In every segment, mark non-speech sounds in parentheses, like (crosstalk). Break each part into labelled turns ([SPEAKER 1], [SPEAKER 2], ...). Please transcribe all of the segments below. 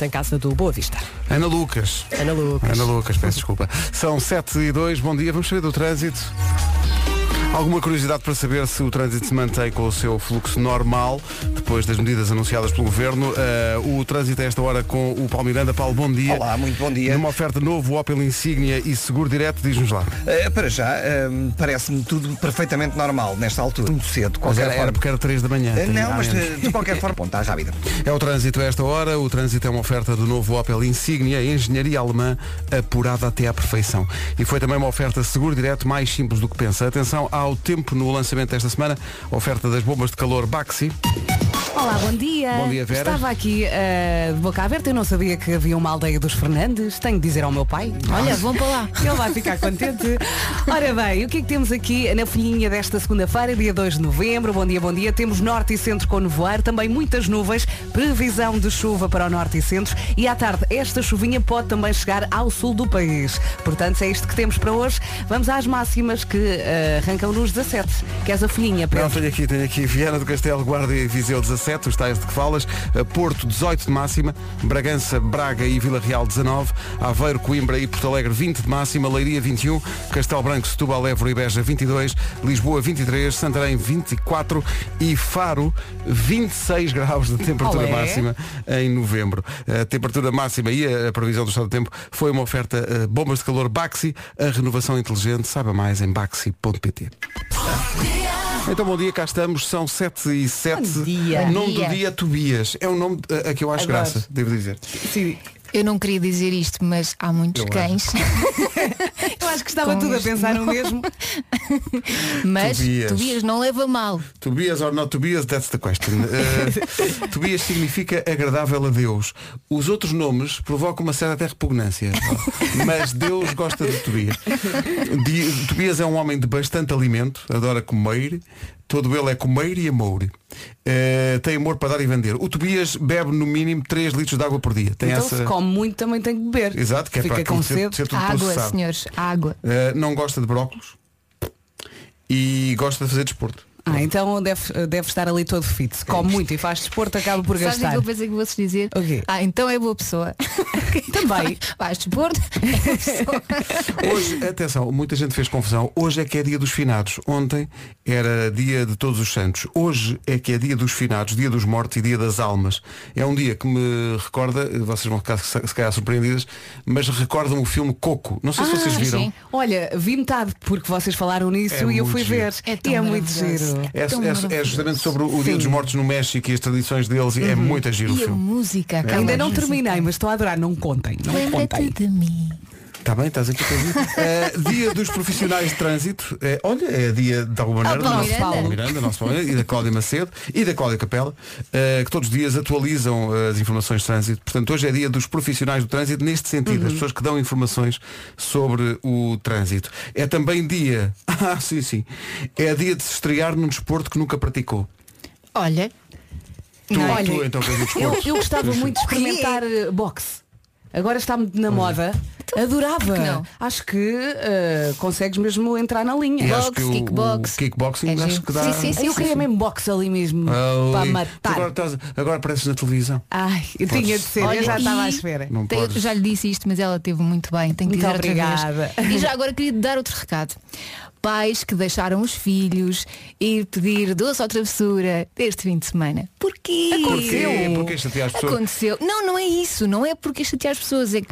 [SPEAKER 1] em casa do Boa Vista.
[SPEAKER 2] Ana Lucas.
[SPEAKER 1] Ana Lucas.
[SPEAKER 2] Ana Lucas, peço desculpa. São 7 e 2, bom dia. Vamos saber do trânsito. Alguma curiosidade para saber se o trânsito se mantém com o seu fluxo normal depois das medidas anunciadas pelo Governo. Uh, o trânsito a esta hora com o Paulo Miranda. Paulo, bom dia.
[SPEAKER 3] Olá, muito bom dia.
[SPEAKER 2] Numa oferta novo, Opel Insignia e Seguro Direto, diz-nos lá.
[SPEAKER 3] Uh, para já, uh, parece-me tudo perfeitamente normal nesta altura. Muito cedo, de qualquer
[SPEAKER 2] era,
[SPEAKER 3] forma.
[SPEAKER 2] era porque era 3 da manhã. tem
[SPEAKER 3] não, mas
[SPEAKER 2] menos.
[SPEAKER 3] de, de qualquer
[SPEAKER 2] (laughs)
[SPEAKER 3] forma, ponta à rápida.
[SPEAKER 2] É o trânsito a esta hora, o trânsito é uma oferta do novo Opel Insignia, engenharia alemã apurada até à perfeição. E foi também uma oferta seguro direto mais simples do que pensa. Atenção ao tempo no lançamento desta semana, oferta das bombas de calor Baxi.
[SPEAKER 1] Olá, bom dia.
[SPEAKER 2] Bom dia, Vera.
[SPEAKER 1] Estava aqui eh, de boca aberta, eu não sabia que havia uma aldeia dos Fernandes. Tenho de dizer ao meu pai.
[SPEAKER 4] Olha, vão para lá.
[SPEAKER 1] (laughs) Ele vai ficar contente. Ora bem, o que é que temos aqui na folhinha desta segunda-feira, dia 2 de novembro? Bom dia, bom dia. Temos norte e centro com nevoeiro, também muitas nuvens, previsão de chuva para o norte e centro e à tarde esta chuvinha pode também chegar ao sul do país. Portanto, é isto que temos para hoje. Vamos às máximas que eh, arrancam nos 17. Queres a folhinha,
[SPEAKER 2] Não,
[SPEAKER 1] é Pedro?
[SPEAKER 2] tenho aqui, tenho aqui Viana do Castelo, Guarda e Viseu 17, os tais de que falas, eh, Porto 18 de máxima, Bragança, Braga e Vila Real 19, Aveiro, Coimbra e Porto Alegre 20 de máxima, Leiria 21, Castelo Branco, Setúbal, Évora e Beja 22, Lisboa 23, Santarém 24 e Faro 26 graus de temperatura
[SPEAKER 1] Olé.
[SPEAKER 2] máxima em novembro. A temperatura máxima e a a previsão do estado do tempo foi uma oferta eh, bombas de calor Baxi, a renovação inteligente, saiba mais em baxi.pt. Então bom dia, cá estamos, são 7 e 7.
[SPEAKER 1] Bom dia.
[SPEAKER 2] O nome
[SPEAKER 4] Bom dia.
[SPEAKER 2] do dia é Tobias. É um nome eh, a que eu acho
[SPEAKER 1] Adoro.
[SPEAKER 2] graça, devo dizer.
[SPEAKER 1] Sim.
[SPEAKER 4] Eu não queria dizer isto, mas há muitos cães.
[SPEAKER 1] (laughs) Eu acho que estava
[SPEAKER 4] Com
[SPEAKER 1] tudo a
[SPEAKER 4] este
[SPEAKER 1] pensar no mesmo.
[SPEAKER 4] (laughs) mas
[SPEAKER 2] Tobias.
[SPEAKER 4] Tobias. não leva mal.
[SPEAKER 2] Tobias or not Tobias, that's the question.
[SPEAKER 1] (laughs)
[SPEAKER 2] Eh, Tobias significa agradável a Deus. Os outros nomes provocam uma certa até repugnância. Mas Deus gosta de Tobias. Di- Tobias é um homem de bastante alimento, adora comer. Todo ele é comer e amor. Eh, tem amor para dar e vender. O Tobias bebe no mínimo 3 litros de água por dia. Tem
[SPEAKER 1] então
[SPEAKER 2] essa...
[SPEAKER 1] se come muito também tem que beber.
[SPEAKER 2] Exato, que é
[SPEAKER 1] Fica
[SPEAKER 2] para
[SPEAKER 1] com
[SPEAKER 2] aquilo ser,
[SPEAKER 1] sede.
[SPEAKER 2] ser tudo
[SPEAKER 4] Água,
[SPEAKER 2] processado.
[SPEAKER 4] senhores, água.
[SPEAKER 2] Uh, não gosta de brócolos e gosta de fazer desporto.
[SPEAKER 1] Ah, então deve, deve estar ali todo
[SPEAKER 2] É
[SPEAKER 1] fit. Come muito e faz desporto, acaba por
[SPEAKER 4] Sabes
[SPEAKER 1] gastar.
[SPEAKER 4] aquela coisa que vou-vos dizer?
[SPEAKER 1] O quê?
[SPEAKER 4] Ah, então é boa pessoa.
[SPEAKER 1] (laughs) Também.
[SPEAKER 4] Vais desporto, é boa pessoa. (laughs)
[SPEAKER 2] Hoje, atenção, muita gente fez confusão. Hoje é que é dia dos finados. Ontem era dia de todos os santos. Hoje é que é dia dos finados, dia dos mortos e dia das almas. É um dia que me recorda, vocês vão ficar se se calhar surpreendidas, mas recordam o filme Coco. Não sei se
[SPEAKER 4] Ah,
[SPEAKER 2] vocês viram.
[SPEAKER 4] sim.
[SPEAKER 1] Olha, vi metade porque vocês falaram nisso
[SPEAKER 2] É
[SPEAKER 1] e eu
[SPEAKER 2] muito
[SPEAKER 1] fui
[SPEAKER 2] giro.
[SPEAKER 1] ver.
[SPEAKER 4] É
[SPEAKER 1] e
[SPEAKER 4] tão
[SPEAKER 1] é muito
[SPEAKER 4] maravilhoso.
[SPEAKER 1] giro.
[SPEAKER 2] É,
[SPEAKER 4] Tão
[SPEAKER 2] é- é
[SPEAKER 4] maravilhoso. Uhum.
[SPEAKER 2] justamente sobre o Dia
[SPEAKER 1] Sim.
[SPEAKER 2] dos Mortos no México e as tradições deles e é muito a giro
[SPEAKER 4] E
[SPEAKER 2] o
[SPEAKER 4] a
[SPEAKER 2] filme. É
[SPEAKER 4] música, aquela
[SPEAKER 1] Ainda não
[SPEAKER 4] música.
[SPEAKER 1] terminei, mas estou a adorar. Não contem, não
[SPEAKER 4] é. Lembra-te
[SPEAKER 1] contem.
[SPEAKER 4] de mim.
[SPEAKER 2] Está Tá bem, estás aqui
[SPEAKER 4] (laughs)
[SPEAKER 2] para ouvir. Eh, dia dos profissionais de trânsito. Eh, olha, é dia de alguma maneira do
[SPEAKER 4] Ah, Paulo
[SPEAKER 2] nosso
[SPEAKER 4] Miranda.
[SPEAKER 2] Paulo Miranda, nosso Paulo Miranda, e da Cláudia Macedo e da Cláudia Capela, eh, que todos os dias atualizam eh, as informações de trânsito. Portanto, hoje é dia dos profissionais do trânsito neste sentido,
[SPEAKER 4] Uhum.
[SPEAKER 2] as pessoas que dão informações sobre o trânsito. É também dia, (laughs) ah, sim, sim, é dia de se estrear num desporto que nunca praticou.
[SPEAKER 4] Olha,
[SPEAKER 2] Tu,
[SPEAKER 1] Não.
[SPEAKER 2] tu
[SPEAKER 1] Olha,
[SPEAKER 2] então fazes
[SPEAKER 1] Eu,
[SPEAKER 2] desporto.
[SPEAKER 1] eu
[SPEAKER 2] (laughs)
[SPEAKER 1] gostava muito de
[SPEAKER 2] é-
[SPEAKER 1] experimentar eh, boxe. Agora está-me na moda. Adorava.
[SPEAKER 4] Então, que não?
[SPEAKER 1] Acho que eh, consegues mesmo entrar na linha.
[SPEAKER 2] E
[SPEAKER 4] Boxe,
[SPEAKER 2] acho que o,
[SPEAKER 4] kickbox.
[SPEAKER 2] o kickboxing
[SPEAKER 4] É giro.
[SPEAKER 2] acho que dá. Ah,
[SPEAKER 4] Sim, sim,
[SPEAKER 1] eu queria mesmo boxe ali mesmo para
[SPEAKER 2] Ali.
[SPEAKER 1] matar.
[SPEAKER 2] Agora, estás- agora apareces na televisão.
[SPEAKER 1] Ai, eu tinha de ser, eu
[SPEAKER 4] Olha,
[SPEAKER 1] já estava à
[SPEAKER 4] e-
[SPEAKER 1] espera.
[SPEAKER 2] Não
[SPEAKER 4] Tem-
[SPEAKER 2] podes.
[SPEAKER 4] já lhe disse isto, mas ela teve muito bem. Tenho que
[SPEAKER 1] Muito
[SPEAKER 4] dizer
[SPEAKER 1] obrigada.
[SPEAKER 4] outra vez. E
[SPEAKER 1] (laughs)
[SPEAKER 4] já agora queria dar outro recado. Pais que deixaram os filhos ir pedir doce ou travessura este fim de semana. Porquê?
[SPEAKER 2] Porquê? Porquê chatear as pessoas?
[SPEAKER 4] Aconteceu. Não, não é isso. Não é porque chatear as pessoas. É que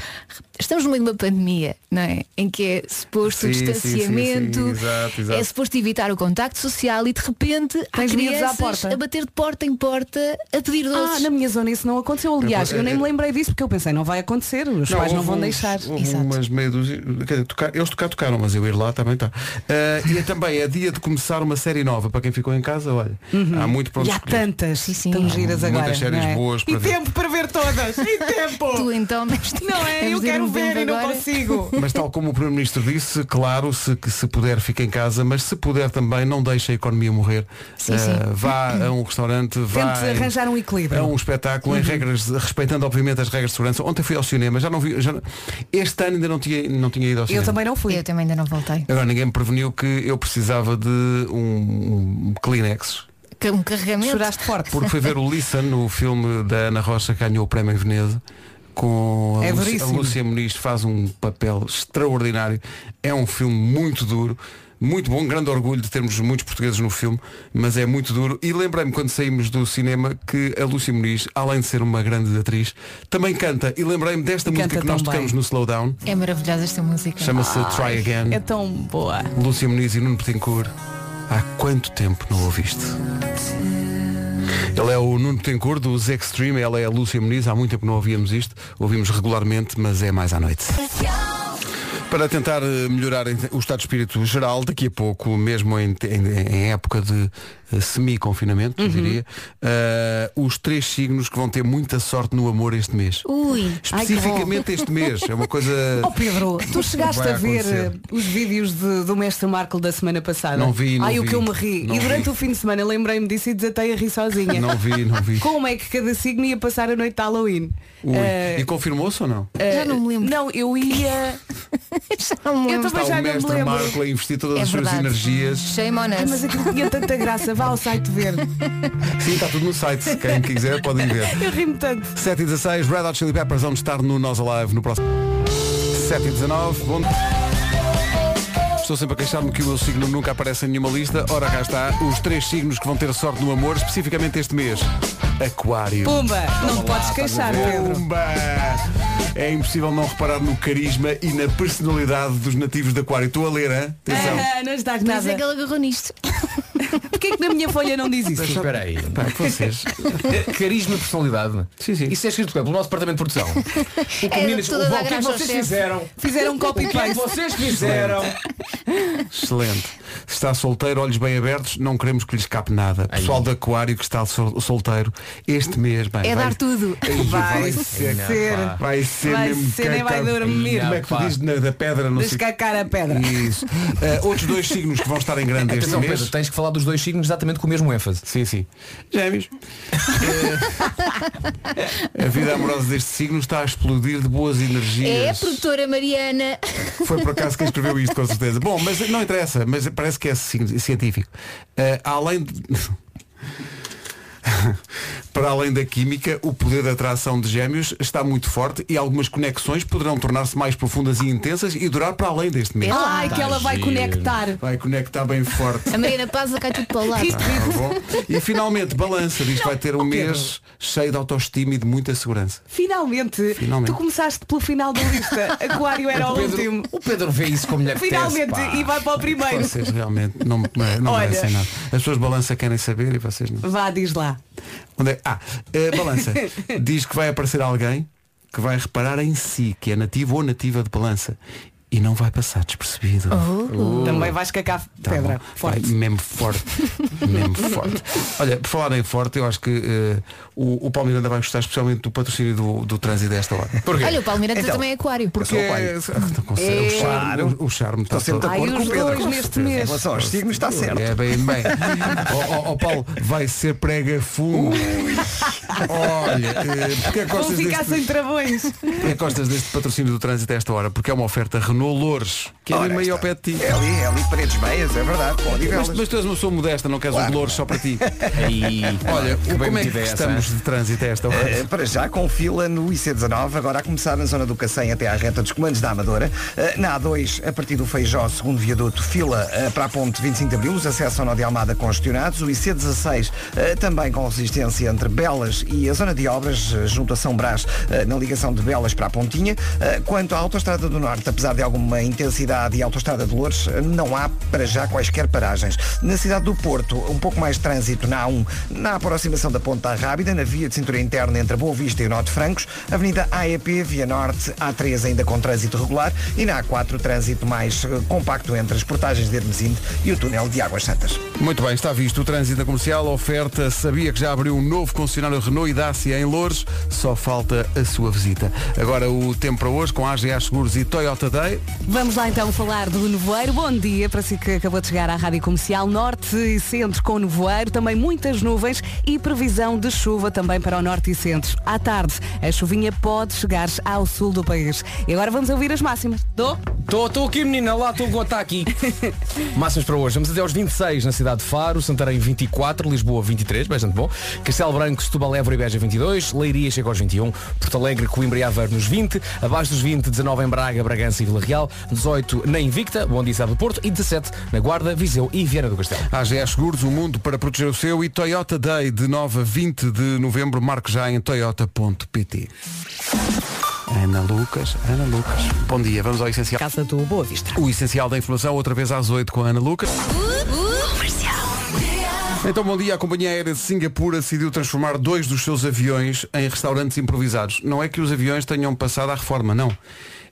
[SPEAKER 4] estamos no meio de uma pandemia, não é? Em que é suposto o
[SPEAKER 2] Sim, sim, sim, sim,
[SPEAKER 4] distanciamento,
[SPEAKER 2] exato, exato.
[SPEAKER 4] é suposto evitar o contacto social e de repente há
[SPEAKER 1] Tens miúdos à
[SPEAKER 4] crianças
[SPEAKER 1] porta.
[SPEAKER 4] a bater de porta em porta a pedir doces.
[SPEAKER 1] Ah, na minha zona isso não aconteceu. Aliás,
[SPEAKER 2] É,
[SPEAKER 1] eu nem me lembrei disso porque eu pensei, não vai acontecer, os pais não
[SPEAKER 2] houve
[SPEAKER 1] vão
[SPEAKER 2] uns-
[SPEAKER 1] deixar.
[SPEAKER 2] houve um
[SPEAKER 4] Exato.
[SPEAKER 2] umas meia dúzia- quer dizer, tocar- eles tocar tocaram, mas eu ir lá também está. e é também é dia de começar uma série nova. Para quem ficou em casa, olha.
[SPEAKER 1] Uhum.
[SPEAKER 2] Há muito para onde
[SPEAKER 1] E há
[SPEAKER 2] escolher.
[SPEAKER 1] tantas,
[SPEAKER 4] Sim, sim.
[SPEAKER 1] tão
[SPEAKER 4] Há
[SPEAKER 1] giras agora.
[SPEAKER 2] muitas séries
[SPEAKER 1] não é?
[SPEAKER 2] boas para
[SPEAKER 1] e
[SPEAKER 2] ver.
[SPEAKER 1] tempo para ver todas. E tempo!
[SPEAKER 4] Tu então mas-
[SPEAKER 1] (laughs) não é?
[SPEAKER 4] vamos
[SPEAKER 1] Eu
[SPEAKER 4] ir
[SPEAKER 1] quero
[SPEAKER 4] um
[SPEAKER 1] ver
[SPEAKER 4] tempo
[SPEAKER 1] e não
[SPEAKER 4] agora. (laughs)
[SPEAKER 1] consigo.
[SPEAKER 2] Mas tal como o Primeiro-Ministro disse, claro, se, que se puder fica em casa, mas se puder também não deixe a economia morrer.
[SPEAKER 4] Sim,
[SPEAKER 2] Eh,
[SPEAKER 4] sim.
[SPEAKER 2] Vá a um restaurante, vá
[SPEAKER 1] Tente
[SPEAKER 2] em-
[SPEAKER 1] arranjar Uhum. um equilíbrio.
[SPEAKER 2] É um espetáculo em regras, respeitando obviamente as regras de segurança. Ontem fui ao cinema, já não vi. já não- este ano ainda não tinha, não tinha ido ao cinema.
[SPEAKER 1] Eu também não fui.
[SPEAKER 4] Eu também ainda não voltei.
[SPEAKER 2] Agora ninguém me preveniu que eu precisava de um, um Kleenex.
[SPEAKER 4] Que- Um carregamento.
[SPEAKER 1] Choraste forte.
[SPEAKER 2] Porque foi ver o Listen, o filme da Ana Rocha que ganhou o prémio em Veneza. com a,
[SPEAKER 1] É
[SPEAKER 2] Lúcia, a
[SPEAKER 1] duríssimo.
[SPEAKER 2] Lúcia Muniz faz um papel extraordinário. É um filme muito duro, muito bom, grande orgulho de termos muitos portugueses no filme, mas é muito duro. E lembrei-me quando saímos do cinema que a Lúcia Muniz, além de ser uma grande atriz, também canta. E lembrei-me desta música
[SPEAKER 1] canta
[SPEAKER 2] que nós
[SPEAKER 1] tão bem.
[SPEAKER 2] tocamos no Slowdown,
[SPEAKER 4] É maravilhosa esta música.
[SPEAKER 2] chama-se Try Again.
[SPEAKER 1] É tão boa.
[SPEAKER 2] Lúcia Muniz e Nuno Betancourt Há quanto tempo não ouviste? Ele é o Nuno Betancourt dos Extreme Ela é a Lúcia Muniz, há muito tempo não ouvíamos isto Ouvimos regularmente, mas é mais à noite para tentar eh, melhorar o estado de espírito geral, daqui a pouco, mesmo em, em- em época de eh, semi-confinamento,
[SPEAKER 1] Uhum.
[SPEAKER 2] eu diria, eh, os três signos que vão ter muita sorte no amor este mês.
[SPEAKER 5] Ui.
[SPEAKER 2] Especificamente este mês. É uma coisa.
[SPEAKER 1] (laughs) Oh Pedro, tu chegaste
[SPEAKER 2] Vai
[SPEAKER 1] a ver
[SPEAKER 2] acontecer.
[SPEAKER 1] eh, os vídeos de- do mestre Marco da semana passada.
[SPEAKER 2] Não vi, não
[SPEAKER 1] Ai, o
[SPEAKER 2] vi.
[SPEAKER 1] que eu me ri.
[SPEAKER 2] Não
[SPEAKER 1] e durante
[SPEAKER 2] vi.
[SPEAKER 1] o fim de semana lembrei-me disso e desatei a rir sozinha.
[SPEAKER 2] Não vi, não vi.
[SPEAKER 1] Como é que cada signo ia passar a noite de Halloween?
[SPEAKER 2] Ui.
[SPEAKER 1] Eh,
[SPEAKER 2] E confirmou-se ou não?
[SPEAKER 1] eh,
[SPEAKER 4] Já não me lembro.
[SPEAKER 1] Não, eu ia.
[SPEAKER 4] (laughs) Já não me
[SPEAKER 1] Eu
[SPEAKER 4] lembro.
[SPEAKER 1] também
[SPEAKER 2] Está
[SPEAKER 1] já não
[SPEAKER 2] o
[SPEAKER 1] me
[SPEAKER 2] mestre
[SPEAKER 1] lembro.
[SPEAKER 2] Marco a investir todas
[SPEAKER 4] É
[SPEAKER 2] as suas
[SPEAKER 4] verdade.
[SPEAKER 2] energias.
[SPEAKER 4] Shame on
[SPEAKER 1] Ai,
[SPEAKER 4] us.
[SPEAKER 1] mas aquilo tinha tanta graça. Vá ao site ver.
[SPEAKER 2] Sim, está tudo no site. se Quem quiser pode ir ver.
[SPEAKER 1] (laughs) Eu ri-me tanto.
[SPEAKER 2] 7 e 16, Red Hot Chili Peppers, onde estar no Nós Alive no próximo. 7 e 19, bom. Estou sempre a queixar-me que o meu signo nunca aparece em nenhuma lista. Ora, cá está, os três signos que vão ter sorte no amor, especificamente este mês. Aquário.
[SPEAKER 1] Pumba, não te podes queixar, Pedro.
[SPEAKER 2] Pumba! É impossível não reparar no carisma e na personalidade dos nativos de Aquário. Estou a ler, hein? Atenção.
[SPEAKER 1] Ah, não estás
[SPEAKER 4] Mas é
[SPEAKER 1] nada.
[SPEAKER 4] que ele agarrou nisto.
[SPEAKER 1] Porquê é que na minha folha não diz isso?
[SPEAKER 6] Espera aí.
[SPEAKER 2] (laughs) Pá, vocês.
[SPEAKER 6] (laughs) Carisma e personalidade.
[SPEAKER 2] Sim, sim.
[SPEAKER 6] Isso é escrito pelo nosso departamento de produção. O que,
[SPEAKER 4] É,
[SPEAKER 6] meninas,
[SPEAKER 4] tudo
[SPEAKER 6] o,
[SPEAKER 4] a dar
[SPEAKER 6] o que é que
[SPEAKER 4] graça ao
[SPEAKER 6] vocês
[SPEAKER 4] chefe.
[SPEAKER 6] fizeram?
[SPEAKER 1] Fizeram um
[SPEAKER 6] O que é que
[SPEAKER 1] copy-paste.
[SPEAKER 6] vocês fizeram?
[SPEAKER 2] Excelente. Se (laughs) Está solteiro, olhos bem abertos, não queremos que lhe escape nada. Pessoal de Aquário que está sol- solteiro, este mês bem,
[SPEAKER 4] É
[SPEAKER 2] vai,
[SPEAKER 4] dar tudo.
[SPEAKER 2] Ei, vai,
[SPEAKER 1] Vai
[SPEAKER 2] ser.
[SPEAKER 1] ser.
[SPEAKER 6] pá.
[SPEAKER 2] Vai ser
[SPEAKER 1] Vai
[SPEAKER 2] mesmo
[SPEAKER 1] ser, nem vai
[SPEAKER 2] caca-
[SPEAKER 1] dormir.
[SPEAKER 2] Como é que tu
[SPEAKER 6] Não, pá.
[SPEAKER 2] dizes na- da pedra não sei-
[SPEAKER 1] Descacar a pedra.
[SPEAKER 2] Isso. Ah, outros dois signos que vão estar em grande este
[SPEAKER 6] Atenção,
[SPEAKER 2] mês.
[SPEAKER 6] Então, Pedro, tens que falar dos dois signos exatamente com o mesmo ênfase.
[SPEAKER 2] Sim, sim. Gêmeos. Eh, a vida amorosa deste signo está a explodir de boas energias.
[SPEAKER 4] É a produtora Mariana.
[SPEAKER 2] Foi por acaso quem escreveu isto, com certeza. Bom, mas não interessa, mas parece que é ci- científico. Eh, além de... (laughs) Para além da química, o poder da atração de gêmeos está muito forte e algumas conexões poderão tornar-se mais profundas e intensas e durar para além deste mês.
[SPEAKER 1] Ai, que ela vai
[SPEAKER 6] giro.
[SPEAKER 1] conectar.
[SPEAKER 2] Vai conectar bem forte.
[SPEAKER 4] A Mariana Paz cai tudo para o lado.
[SPEAKER 2] Tá bom? E finalmente, balança, diz que vai ter um
[SPEAKER 1] oh,
[SPEAKER 2] mês cheio de autoestima e de muita segurança.
[SPEAKER 1] Finalmente,
[SPEAKER 2] Finalmente.
[SPEAKER 1] tu começaste pelo final da
[SPEAKER 2] (laughs)
[SPEAKER 1] lista. Aquário era o, último.
[SPEAKER 6] o Pedro vê isso
[SPEAKER 2] é
[SPEAKER 6] como lhe apetece.
[SPEAKER 1] Finalmente,
[SPEAKER 6] pá.
[SPEAKER 1] e vai para o primeiro.
[SPEAKER 2] Vocês realmente não, é, não
[SPEAKER 1] Olha.
[SPEAKER 2] merecem nada. As pessoas balança querem saber e vocês não.
[SPEAKER 1] Vá, diz lá.
[SPEAKER 2] Onde é? Ah,
[SPEAKER 1] (laughs)
[SPEAKER 2] eh, balança. Diz que vai aparecer alguém que vai reparar em si, que é nativo ou nativa de balança. E não vai passar despercebido.
[SPEAKER 1] Oh.
[SPEAKER 2] Uh.
[SPEAKER 1] Uh. Também vais cacar
[SPEAKER 2] Tá
[SPEAKER 1] pedra.
[SPEAKER 2] bom.
[SPEAKER 1] Forte.
[SPEAKER 2] Vai, mesmo forte.
[SPEAKER 1] (laughs)
[SPEAKER 2] mesmo forte. Olha, por falar em forte, eu acho que eh, o, o Paulo Miranda vai gostar especialmente do patrocínio do, do trânsito desta hora.
[SPEAKER 6] Porquê?
[SPEAKER 4] Olha, o Palmeiras também é aquário.
[SPEAKER 2] Porque
[SPEAKER 1] (laughs)
[SPEAKER 3] sou aquário.
[SPEAKER 1] Então,
[SPEAKER 2] Ah, com cer- o charme, o, o charme está
[SPEAKER 3] É. Estou sempre de
[SPEAKER 2] todo-
[SPEAKER 1] Ai,
[SPEAKER 3] acordo com
[SPEAKER 1] os
[SPEAKER 3] o Pedro.
[SPEAKER 1] dois neste
[SPEAKER 3] Em
[SPEAKER 1] mês.
[SPEAKER 3] relação aos signos está certo.
[SPEAKER 2] É bem, bem. (laughs) Ó oh, Paulo, vai ser prega fumo.
[SPEAKER 3] Uh.
[SPEAKER 2] Olha, eh, porque é que
[SPEAKER 1] Vão
[SPEAKER 2] gostas
[SPEAKER 1] ficar
[SPEAKER 2] deste
[SPEAKER 1] sem travões.
[SPEAKER 2] É costas deste patrocínio do trânsito a esta hora, porque é uma oferta Renault Loures, que é
[SPEAKER 3] Ora,
[SPEAKER 2] ali
[SPEAKER 3] está.
[SPEAKER 2] meio ao pé de ti.
[SPEAKER 3] É ali, é ali, paredes meias, é verdade. Pode ir
[SPEAKER 2] Mas,
[SPEAKER 3] velas.
[SPEAKER 2] mas tu és uma pessoa modesta, não queres um
[SPEAKER 3] Claro.
[SPEAKER 2] Loures só
[SPEAKER 3] (laughs)
[SPEAKER 2] para ti.
[SPEAKER 6] Aí,
[SPEAKER 2] Olha,
[SPEAKER 6] que bem
[SPEAKER 2] como é que
[SPEAKER 6] metida essa,
[SPEAKER 2] estamos
[SPEAKER 6] hein?
[SPEAKER 2] de trânsito a esta hora?
[SPEAKER 3] Eh, Para já, com fila no IC19, agora a começar na zona do Cacém até à reta dos comandos da Amadora. Eh, Na A2, a partir do Feijó, segundo viaduto, fila eh, para a ponte 25 de Abril, os acessos ao Nó de Almada congestionados. O IC16 eh, também com resistência entre Belas e a zona de obras, eh, junto a São Brás, eh, na ligação de Belas para a Pontinha. Eh, Quanto à Autostrada do Norte, apesar de alguma intensidade e a Autostrada de Lourdes, eh, não há para já quaisquer paragens. Na cidade do Porto, um pouco mais de trânsito na A1, na aproximação da Ponta Rábida, na via de cintura interna entre a Boa Vista e o Norte de Francos, Avenida AEP, Via Norte, A3 ainda com trânsito regular e na A4 trânsito mais eh, compacto entre as portagens de Hermesinde e o túnel de Águas Santas.
[SPEAKER 2] Muito bem, está visto o trânsito comercial, a oferta, sabia que já abriu um novo concessionário Renault e Dacia em Loures, só falta a sua visita. Agora o tempo para hoje com AGA Seguros e Toyota Day. Vai.
[SPEAKER 1] Vamos lá então falar do nevoeiro. Bom dia para si que acabou de chegar à Rádio Comercial Norte e Centro com nevoeiro, também muitas nuvens e previsão de chuva também para o Norte e Centro. À tarde, a chuvinha pode chegar ao sul do país. E agora vamos ouvir as máximas. Dou?
[SPEAKER 6] Estou aqui, menina, lá estou com está aqui. Máximas para hoje. Vamos até aos 26 na cidade de Faro, Santarém 24, Lisboa 23, bastante bom. Castelo Branco, Setúbal, Évora e Beja 22, Leiria chega aos 21, Porto Alegre, Coimbra e Aveiro nos 20, abaixo dos 20, 19 em Braga, Bragança e Vila Real, 18 na Invicta, Bom Dia Cidade do Porto e 17 na Guarda, Viseu e Viana do Castelo.
[SPEAKER 2] AGE Seguros, o mundo para proteger o seu e Toyota Day de 9 a 20 de novembro. Marque já em toyota.pt. Ana Lucas, Ana Lucas. Bom dia, vamos ao essencial.
[SPEAKER 1] Casa do Boa Vista.
[SPEAKER 2] O essencial da informação, outra vez às 8 com a Ana Lucas. Então, bom dia. A companhia aérea de Singapura decidiu transformar dois dos seus aviões em restaurantes improvisados. Não é que os aviões tenham passado à reforma, não.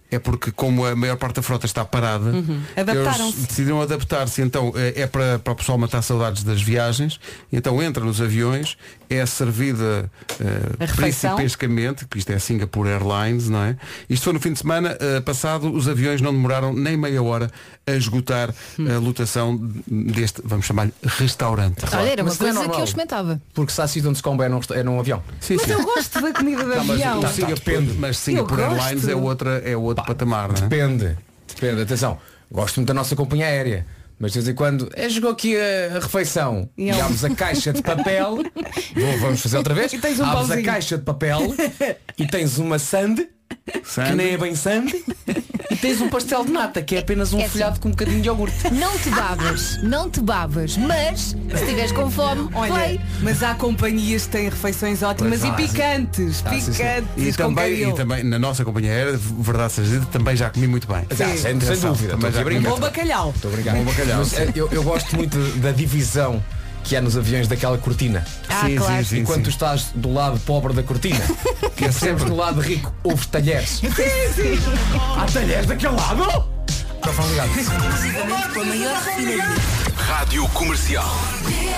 [SPEAKER 2] É porque, como a maior parte da frota está parada,
[SPEAKER 1] Uhum. Adaptaram-se.
[SPEAKER 2] eles decidiram adaptar-se. Então, eh, é para, para o pessoal matar saudades das viagens. Então, entra nos aviões, é servida eh,
[SPEAKER 1] A refeição.
[SPEAKER 2] principescamente, que isto é Singapore Airlines, não é? Isto foi no fim de semana eh, passado, os aviões não demoraram nem meia hora a esgotar
[SPEAKER 1] Hum.
[SPEAKER 2] a lotação deste, vamos chamar-lhe, restaurante.
[SPEAKER 4] Olha, era uma
[SPEAKER 6] Mas não
[SPEAKER 4] coisa que
[SPEAKER 6] é normal.
[SPEAKER 4] eu experimentava.
[SPEAKER 6] Porque se assistem onde se comba é num, resta- é num avião.
[SPEAKER 2] Sim, sim.
[SPEAKER 7] um
[SPEAKER 1] Eu gosto da comida de avião.
[SPEAKER 2] Mas, Singapore, mas Singapore
[SPEAKER 1] Eu gosto.
[SPEAKER 2] Airlines é, outra, é outro patamar, não é?
[SPEAKER 6] Depende. Depende, atenção. Gosto muito da nossa companhia aérea. Mas de vez em quando, "Eh, chegou aqui a a refeição
[SPEAKER 1] E é
[SPEAKER 6] e,
[SPEAKER 1] eu-
[SPEAKER 6] abres a caixa
[SPEAKER 1] (laughs)
[SPEAKER 6] de papel. Vou- vamos fazer outra vez.
[SPEAKER 1] E tens um
[SPEAKER 6] abres
[SPEAKER 1] pauzinho.
[SPEAKER 6] a caixa de papel e tens uma sande,
[SPEAKER 2] Sande.
[SPEAKER 6] que nem é bem sande, e tens um pastel de nata, que é apenas um
[SPEAKER 4] É assim.
[SPEAKER 6] folhado com um bocadinho de iogurte.
[SPEAKER 4] Não te babas, não te babas, mas se estiveres com fome,
[SPEAKER 1] Olha,
[SPEAKER 4] vai.
[SPEAKER 1] mas há companhias que têm refeições ótimas
[SPEAKER 6] Pois
[SPEAKER 1] e
[SPEAKER 6] há.
[SPEAKER 1] picantes.
[SPEAKER 6] Ah, sim, sim.
[SPEAKER 1] picantes
[SPEAKER 2] E
[SPEAKER 1] com
[SPEAKER 2] também, e
[SPEAKER 1] caril.
[SPEAKER 2] também na nossa companhia aérea, verdade seja dita, também já comi muito bem.
[SPEAKER 6] Ah, sem- sem
[SPEAKER 2] Atenção,
[SPEAKER 6] dúvida,
[SPEAKER 2] também
[SPEAKER 6] estou aqui
[SPEAKER 2] já
[SPEAKER 6] a brincar.
[SPEAKER 1] Bom bacalhau.
[SPEAKER 6] Estou obrigado. Mas, eh, eu, eu gosto muito da divisão que há nos aviões daquela cortina.
[SPEAKER 4] Ah, claro.
[SPEAKER 2] sim,
[SPEAKER 6] Enquanto tu
[SPEAKER 2] sim.
[SPEAKER 6] estás do lado pobre da
[SPEAKER 2] (laughs)
[SPEAKER 6] cortina, que é sempre do lado rico, houve talheres. Sim, sim. Há talheres daquele lado? Está bom, ligado.
[SPEAKER 5] Rádio Comercial.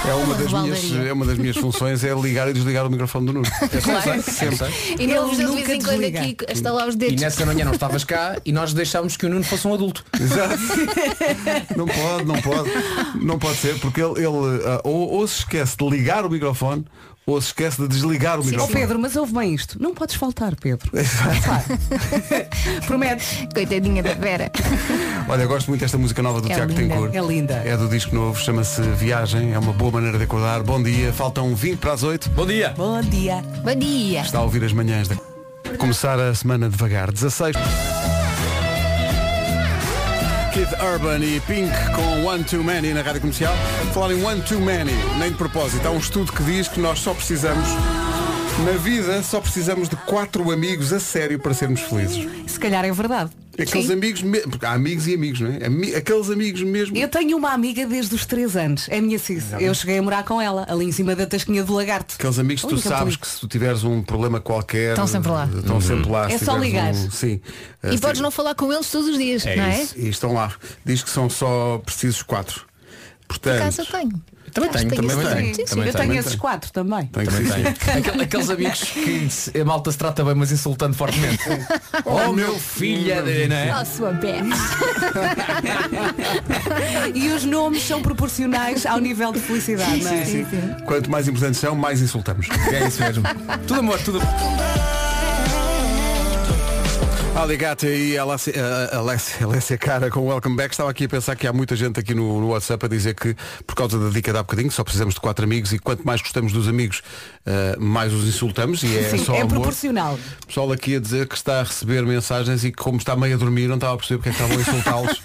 [SPEAKER 2] É uma, das
[SPEAKER 4] Uma
[SPEAKER 2] minhas,
[SPEAKER 4] lavandaria.
[SPEAKER 2] é uma das minhas funções é ligar e desligar o microfone do Nuno. É
[SPEAKER 4] Claro.
[SPEAKER 2] (laughs) Sempre.
[SPEAKER 4] E não
[SPEAKER 1] Ele
[SPEAKER 4] vos deu de
[SPEAKER 1] nunca
[SPEAKER 4] vez em quando
[SPEAKER 1] desliga.
[SPEAKER 4] aqui a estalar os
[SPEAKER 6] E
[SPEAKER 4] dedos.
[SPEAKER 6] nessa manhã não estavas cá e nós deixámos que o Nuno fosse um adulto. (laughs)
[SPEAKER 2] Exato. Não pode, não pode. Não pode ser, porque ele, ele, ah, ou, ou se esquece de ligar o microfone ou se esquece de desligar o
[SPEAKER 1] Ó
[SPEAKER 2] microfone.
[SPEAKER 1] Pedro, mas ouve bem isto. Não podes faltar, Pedro. Claro. Prometes.
[SPEAKER 4] (laughs) Coitadinha da
[SPEAKER 6] (laughs)
[SPEAKER 4] Vera.
[SPEAKER 2] (laughs) Olha, eu gosto muito desta música nova do
[SPEAKER 4] É
[SPEAKER 2] Tiago
[SPEAKER 4] linda,
[SPEAKER 2] Tencourt.
[SPEAKER 1] é linda.
[SPEAKER 2] É do disco novo, chama-se Viagem. É uma boa maneira de acordar. Bom dia, faltam 20 para as 8.
[SPEAKER 6] Bom dia.
[SPEAKER 1] Bom dia.
[SPEAKER 4] Bom dia.
[SPEAKER 2] Está a ouvir as manhãs da... Começar a semana devagar. 16. Kid Urban e Pink com One Too Many na rádio comercial. Falar em One Too Many, nem de propósito. Há um estudo que diz que nós só precisamos, na vida, só precisamos de quatro amigos a sério para sermos felizes.
[SPEAKER 1] Se calhar é verdade.
[SPEAKER 2] Aqueles
[SPEAKER 4] Sim.
[SPEAKER 2] amigos, me- porque há amigos e amigos, não é? Ami- Aqueles amigos mesmo.
[SPEAKER 1] Eu tenho uma amiga desde os 3 anos. É a minha Cis. Eu cheguei a morar com ela, ali em cima da tasquinha do lagarto.
[SPEAKER 2] Aqueles amigos que tu
[SPEAKER 4] é
[SPEAKER 1] Ui, que
[SPEAKER 2] sabes
[SPEAKER 1] apelido.
[SPEAKER 2] que se tu tiveres um problema qualquer.
[SPEAKER 4] Estão sempre lá. Uhum.
[SPEAKER 2] Estão sempre lá.
[SPEAKER 1] É
[SPEAKER 2] se
[SPEAKER 1] só
[SPEAKER 2] tiveres
[SPEAKER 1] ligar.
[SPEAKER 2] um- sim.
[SPEAKER 4] E
[SPEAKER 2] Se-
[SPEAKER 4] podes não falar com eles todos os dias,
[SPEAKER 6] É
[SPEAKER 4] não é?
[SPEAKER 6] isso.
[SPEAKER 2] E estão lá. Diz que são só precisos quatro.
[SPEAKER 4] Por acaso eu
[SPEAKER 2] Portanto,
[SPEAKER 4] tenho.
[SPEAKER 6] Também
[SPEAKER 4] Acho
[SPEAKER 6] tenho,
[SPEAKER 4] que
[SPEAKER 6] também
[SPEAKER 4] isso
[SPEAKER 6] tenho.
[SPEAKER 4] Sim, sim.
[SPEAKER 6] Também
[SPEAKER 1] eu tenho esses quatro também.
[SPEAKER 2] tem que
[SPEAKER 6] Também
[SPEAKER 2] ser.
[SPEAKER 4] (laughs)
[SPEAKER 6] tenho. Aquele- Aqueles amigos que se- a malta se trata bem, mas insultando fortemente. oh meu filho, de- não é?
[SPEAKER 4] Oh, sua
[SPEAKER 1] (laughs)
[SPEAKER 4] besta.
[SPEAKER 1] E os nomes são proporcionais ao nível de felicidade, não é?
[SPEAKER 2] Sim, sim. Quanto mais importantes são, mais insultamos.
[SPEAKER 6] É isso
[SPEAKER 2] (laughs)
[SPEAKER 6] mesmo. Tudo amor, tudo amor.
[SPEAKER 2] Aligata e Alessia- eh, Alessia Alessia Cara com Welcome Back. Estava aqui a pensar que há muita gente aqui no, no WhatsApp a dizer que, por causa da dica de há bocadinho, só precisamos de quatro amigos e quanto mais gostamos dos amigos, eh, mais os insultamos. E é
[SPEAKER 1] Sim,
[SPEAKER 2] só
[SPEAKER 1] é
[SPEAKER 2] amor.
[SPEAKER 1] proporcional.
[SPEAKER 2] Pessoal aqui a dizer que está a receber mensagens e que como está meio a dormir não estava a perceber porque é que estavam a (laughs) insultá-los.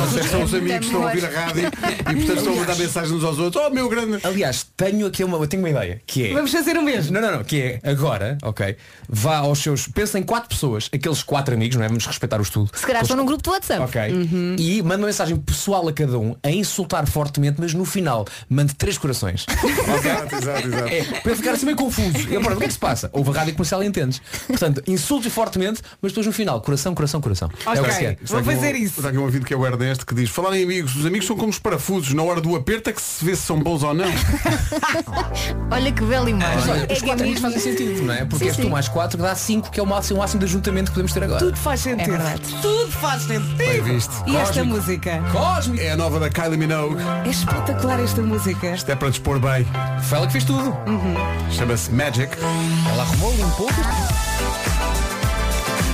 [SPEAKER 2] Mas é que são os amigos que estão a ouvir a rádio e portanto estão a mandar mensagens uns aos outros. Oh meu grande!
[SPEAKER 6] Aliás, tenho aqui uma, eu tenho uma ideia, que é.
[SPEAKER 1] Vamos fazer o mesmo.
[SPEAKER 6] Não, não, não, que é agora, ok? Vá aos seus, pensa em quatro pessoas, aqueles quatro amigos, não é? Vamos respeitar o estudo.
[SPEAKER 4] Se calhar estão num grupo de WhatsApp.
[SPEAKER 6] Ok.
[SPEAKER 1] Uhum.
[SPEAKER 6] (laughs) Hum. E manda uma mensagem pessoal a cada um a insultar fortemente, mas no final mande três corações.
[SPEAKER 2] (laughs) Exato, exato, exato.
[SPEAKER 6] É, para eu ficar assim meio confuso. E agora, o que é que se passa? Houve a rádio comercial e entendes. Portanto, insulte fortemente, mas depois no final, coração, coração, coração. É o que se quer.
[SPEAKER 1] vou fazer isso.
[SPEAKER 2] Está aqui um ouvido que é o Ernest que diz Falar em amigos, os amigos são como os parafusos Na hora do aperto é que se vê se são bons
[SPEAKER 1] (laughs)
[SPEAKER 2] ou não
[SPEAKER 4] (laughs) Olha que bela
[SPEAKER 6] Mas
[SPEAKER 4] imagem. é
[SPEAKER 6] olha, os
[SPEAKER 4] que é
[SPEAKER 6] quatro
[SPEAKER 4] mesmo.
[SPEAKER 6] amigos fazem sentido, não é? Porque
[SPEAKER 4] Sim,
[SPEAKER 6] és tu
[SPEAKER 4] sim.
[SPEAKER 6] mais quatro que dá cinco, que é o máximo, o máximo de ajuntamento que podemos perceber agora.
[SPEAKER 1] Tudo faz sentido.
[SPEAKER 4] É verdade.
[SPEAKER 1] Tudo faz sentido.
[SPEAKER 2] Bem visto.
[SPEAKER 1] E esta
[SPEAKER 6] Cósmico.
[SPEAKER 1] música?
[SPEAKER 6] Cósmico!
[SPEAKER 2] É a nova da Kylie Minogue.
[SPEAKER 1] É espetacular esta música.
[SPEAKER 2] Isto é para dispor bem.
[SPEAKER 6] Foi ela que fez tudo.
[SPEAKER 2] Chama-se Magic.
[SPEAKER 6] Ela arrumou, limpou.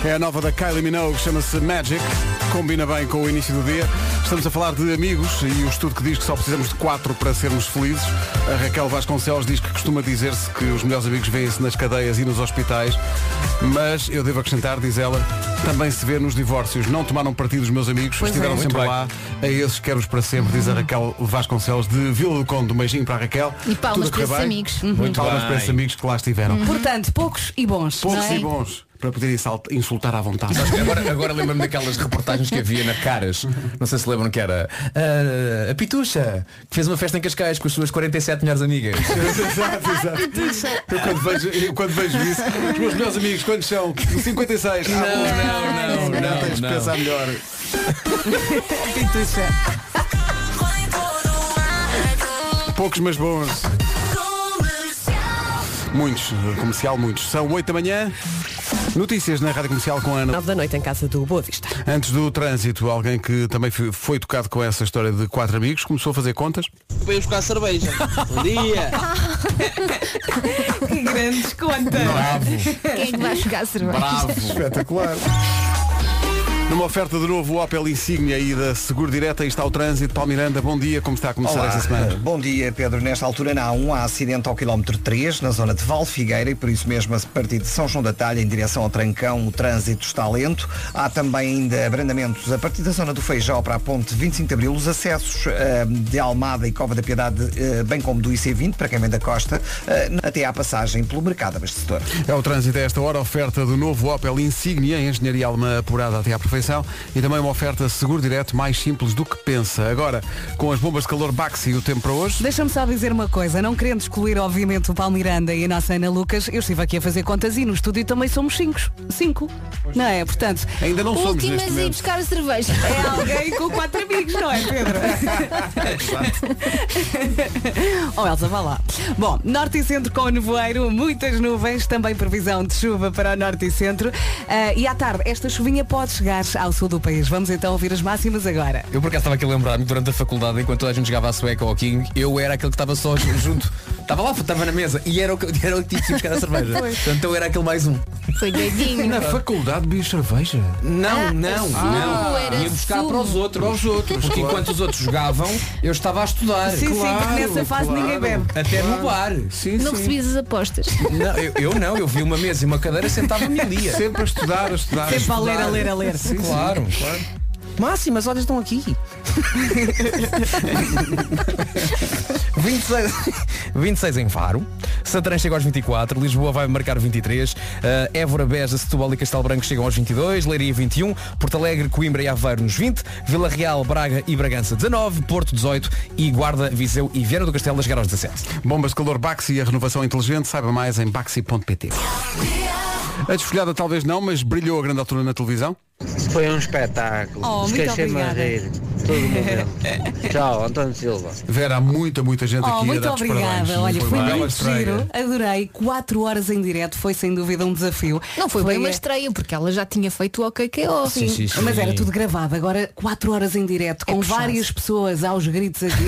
[SPEAKER 2] É a nova da Kylie Minogue, chama-se Magic. Combina bem com o início do dia. Estamos a falar de amigos e o estudo que diz que só precisamos de quatro para sermos felizes. A Raquel Vasconcelos diz que costuma dizer-se que os melhores amigos vêem-se nas cadeias e nos hospitais. Mas eu devo acrescentar, diz ela, também se vê nos divórcios. Não tomaram partido os meus amigos,
[SPEAKER 1] Pois
[SPEAKER 2] estiveram
[SPEAKER 1] é.
[SPEAKER 2] sempre
[SPEAKER 6] Muito
[SPEAKER 2] lá. A esses quero-os para sempre, diz a Raquel Vasconcelos de Vila do Conde. Um beijinho para a Raquel.
[SPEAKER 4] E palmas
[SPEAKER 2] Tudo a correr
[SPEAKER 4] para esses
[SPEAKER 2] bem?
[SPEAKER 4] amigos.
[SPEAKER 2] Muito palmas
[SPEAKER 6] bem.
[SPEAKER 2] para esses amigos que lá estiveram.
[SPEAKER 1] Portanto, poucos e bons.
[SPEAKER 2] Poucos
[SPEAKER 1] não é?
[SPEAKER 2] e bons para poderem salt- insultar à vontade.
[SPEAKER 6] Agora, agora lembro-me daquelas reportagens que havia na Caras. Não sei se lembram que era ah, a Pitucha, que fez uma festa em Cascais com as suas 47 melhores amigas.
[SPEAKER 2] exato, exato. Eu quando, vejo, eu quando vejo isso, os meus melhores amigos, quantos são? 56. Não,
[SPEAKER 6] não, não, não,
[SPEAKER 2] Ah, Tens de
[SPEAKER 6] não.
[SPEAKER 2] pensar melhor.
[SPEAKER 6] Então é-
[SPEAKER 2] Poucos, mas bons. Muitos, comercial, muitos. São 8 da manhã. Notícias na Rádio Comercial com a Ana
[SPEAKER 8] 9 da noite em casa do Boa Vista.
[SPEAKER 2] Antes do trânsito, alguém que também foi- foi tocado com essa história de quatro amigos começou a fazer contas.
[SPEAKER 9] para ir buscar
[SPEAKER 2] (laughs)
[SPEAKER 9] cerveja. Bom dia.
[SPEAKER 1] Que grandes contas.
[SPEAKER 4] Quem é que vai jogar cerveja? (laughs)
[SPEAKER 2] Espetacular. Numa oferta de novo o Opel Insignia e da Seguro Direta, aí está o trânsito. Paulo Miranda, bom dia, como está a começar
[SPEAKER 3] Olá,
[SPEAKER 2] esta
[SPEAKER 3] eh,
[SPEAKER 2] semana?
[SPEAKER 3] Bom dia, Pedro. Nesta altura na A1 há acidente ao quilómetro 3, na zona de Val Figueira, e por isso mesmo a partir de São João da Talha em direção ao Trancão o trânsito está lento. Há também ainda abrandamentos a partir da zona do Feijão para a ponte 25 de Abril, os acessos eh, de Almada e Cova da Piedade, eh, bem como do IC20, para quem vem da costa, eh, até à passagem pelo mercado abastecedor.
[SPEAKER 2] É o trânsito a esta hora, oferta do novo Opel Insignia, em engenharia alemã apurada até à perfeição, e também uma oferta Seguro Direto mais simples do que pensa. Agora, com as bombas de calor Baxi e o tempo para hoje,
[SPEAKER 1] Deixa-me só dizer uma coisa, não querendo excluir obviamente o Paulo Miranda e a nossa Ana Lucas, eu estive aqui a fazer contas e no estúdio também somos cinco. Cinco, não é? Portanto,
[SPEAKER 2] ainda não somos
[SPEAKER 4] Últimas a
[SPEAKER 2] neste
[SPEAKER 4] ir
[SPEAKER 2] momento.
[SPEAKER 4] buscar a cerveja. (laughs)
[SPEAKER 1] é alguém com quatro amigos, não é Pedro?
[SPEAKER 6] É,
[SPEAKER 1] (laughs) oh Elsa, vá lá. Bom, norte e centro com nevoeiro, muitas nuvens, também previsão de chuva para o norte e centro. Ah, e à tarde, esta chuvinha pode chegar ao sul do país. Vamos então ouvir as máximas agora.
[SPEAKER 6] Eu por acaso estava aqui a lembrar-me durante a faculdade, enquanto toda a gente jogava a sueca ou ao King, eu era aquele que estava só ju- junto. Estava lá, estava na mesa e era o que (laughs) era o que tinha que ir buscar a cerveja. Portanto, eu era aquele mais um.
[SPEAKER 4] Foi doidinho.
[SPEAKER 2] faculdade de cerveja.
[SPEAKER 6] Não,
[SPEAKER 4] Ah,
[SPEAKER 6] não,
[SPEAKER 4] sumo,
[SPEAKER 6] não.
[SPEAKER 4] era
[SPEAKER 6] Ia buscar
[SPEAKER 4] sumo.
[SPEAKER 6] para os outros. Para os outros. Porque enquanto os outros jogavam, eu estava a estudar.
[SPEAKER 1] Sim, sim, porque nessa fase ninguém bebe.
[SPEAKER 6] Até no bar.
[SPEAKER 4] Não recebias as apostas.
[SPEAKER 6] Não, eu, eu não, eu vi uma mesa e uma cadeira sentava-me ali.
[SPEAKER 2] Sempre a estudar, a estudar.
[SPEAKER 1] Sempre a ler, a ler, a ler.
[SPEAKER 6] Claro, claro. Máximas, olha, estão aqui. (laughs) 26, 26 em Faro, Santarém chega aos 24, Lisboa vai marcar 23, eh, Évora, Beja, Setúbal e Castelo Branco chegam aos 22, Leiria 21, Porto Alegre, Coimbra e Aveiro nos 20, Vila Real, Braga e Bragança 19, Porto 18 e Guarda, Viseu e Viana do Castelo a chegar aos 17.
[SPEAKER 2] Bombas de calor Baxi e a renovação inteligente, saiba mais em baxi.pt. A desfolhada talvez não, mas brilhou a grande altura na televisão.
[SPEAKER 9] Foi um espetáculo.
[SPEAKER 1] Oh, muito
[SPEAKER 9] Esqueci-me a
[SPEAKER 1] obrigada.
[SPEAKER 9] rir. Todo
[SPEAKER 1] (laughs)
[SPEAKER 9] momento. Tchau, António Silva.
[SPEAKER 2] Vera, há muita, muita gente
[SPEAKER 1] Oh,
[SPEAKER 2] aqui a
[SPEAKER 1] muito
[SPEAKER 2] dar-te parabéns.
[SPEAKER 1] obrigada. Olha, foi
[SPEAKER 2] uma
[SPEAKER 6] É
[SPEAKER 1] muito
[SPEAKER 2] bela
[SPEAKER 1] giro.
[SPEAKER 2] estreia.
[SPEAKER 1] Adorei. Quatro horas em direto foi sem dúvida um desafio.
[SPEAKER 4] Não foi bem uma
[SPEAKER 1] eh,
[SPEAKER 4] estreia, porque ela já tinha feito o OKKO.
[SPEAKER 6] Sim, sim, sim.
[SPEAKER 1] Mas era tudo gravado. Agora quatro horas em direto com
[SPEAKER 4] É puxado.
[SPEAKER 1] várias pessoas aos gritos aqui.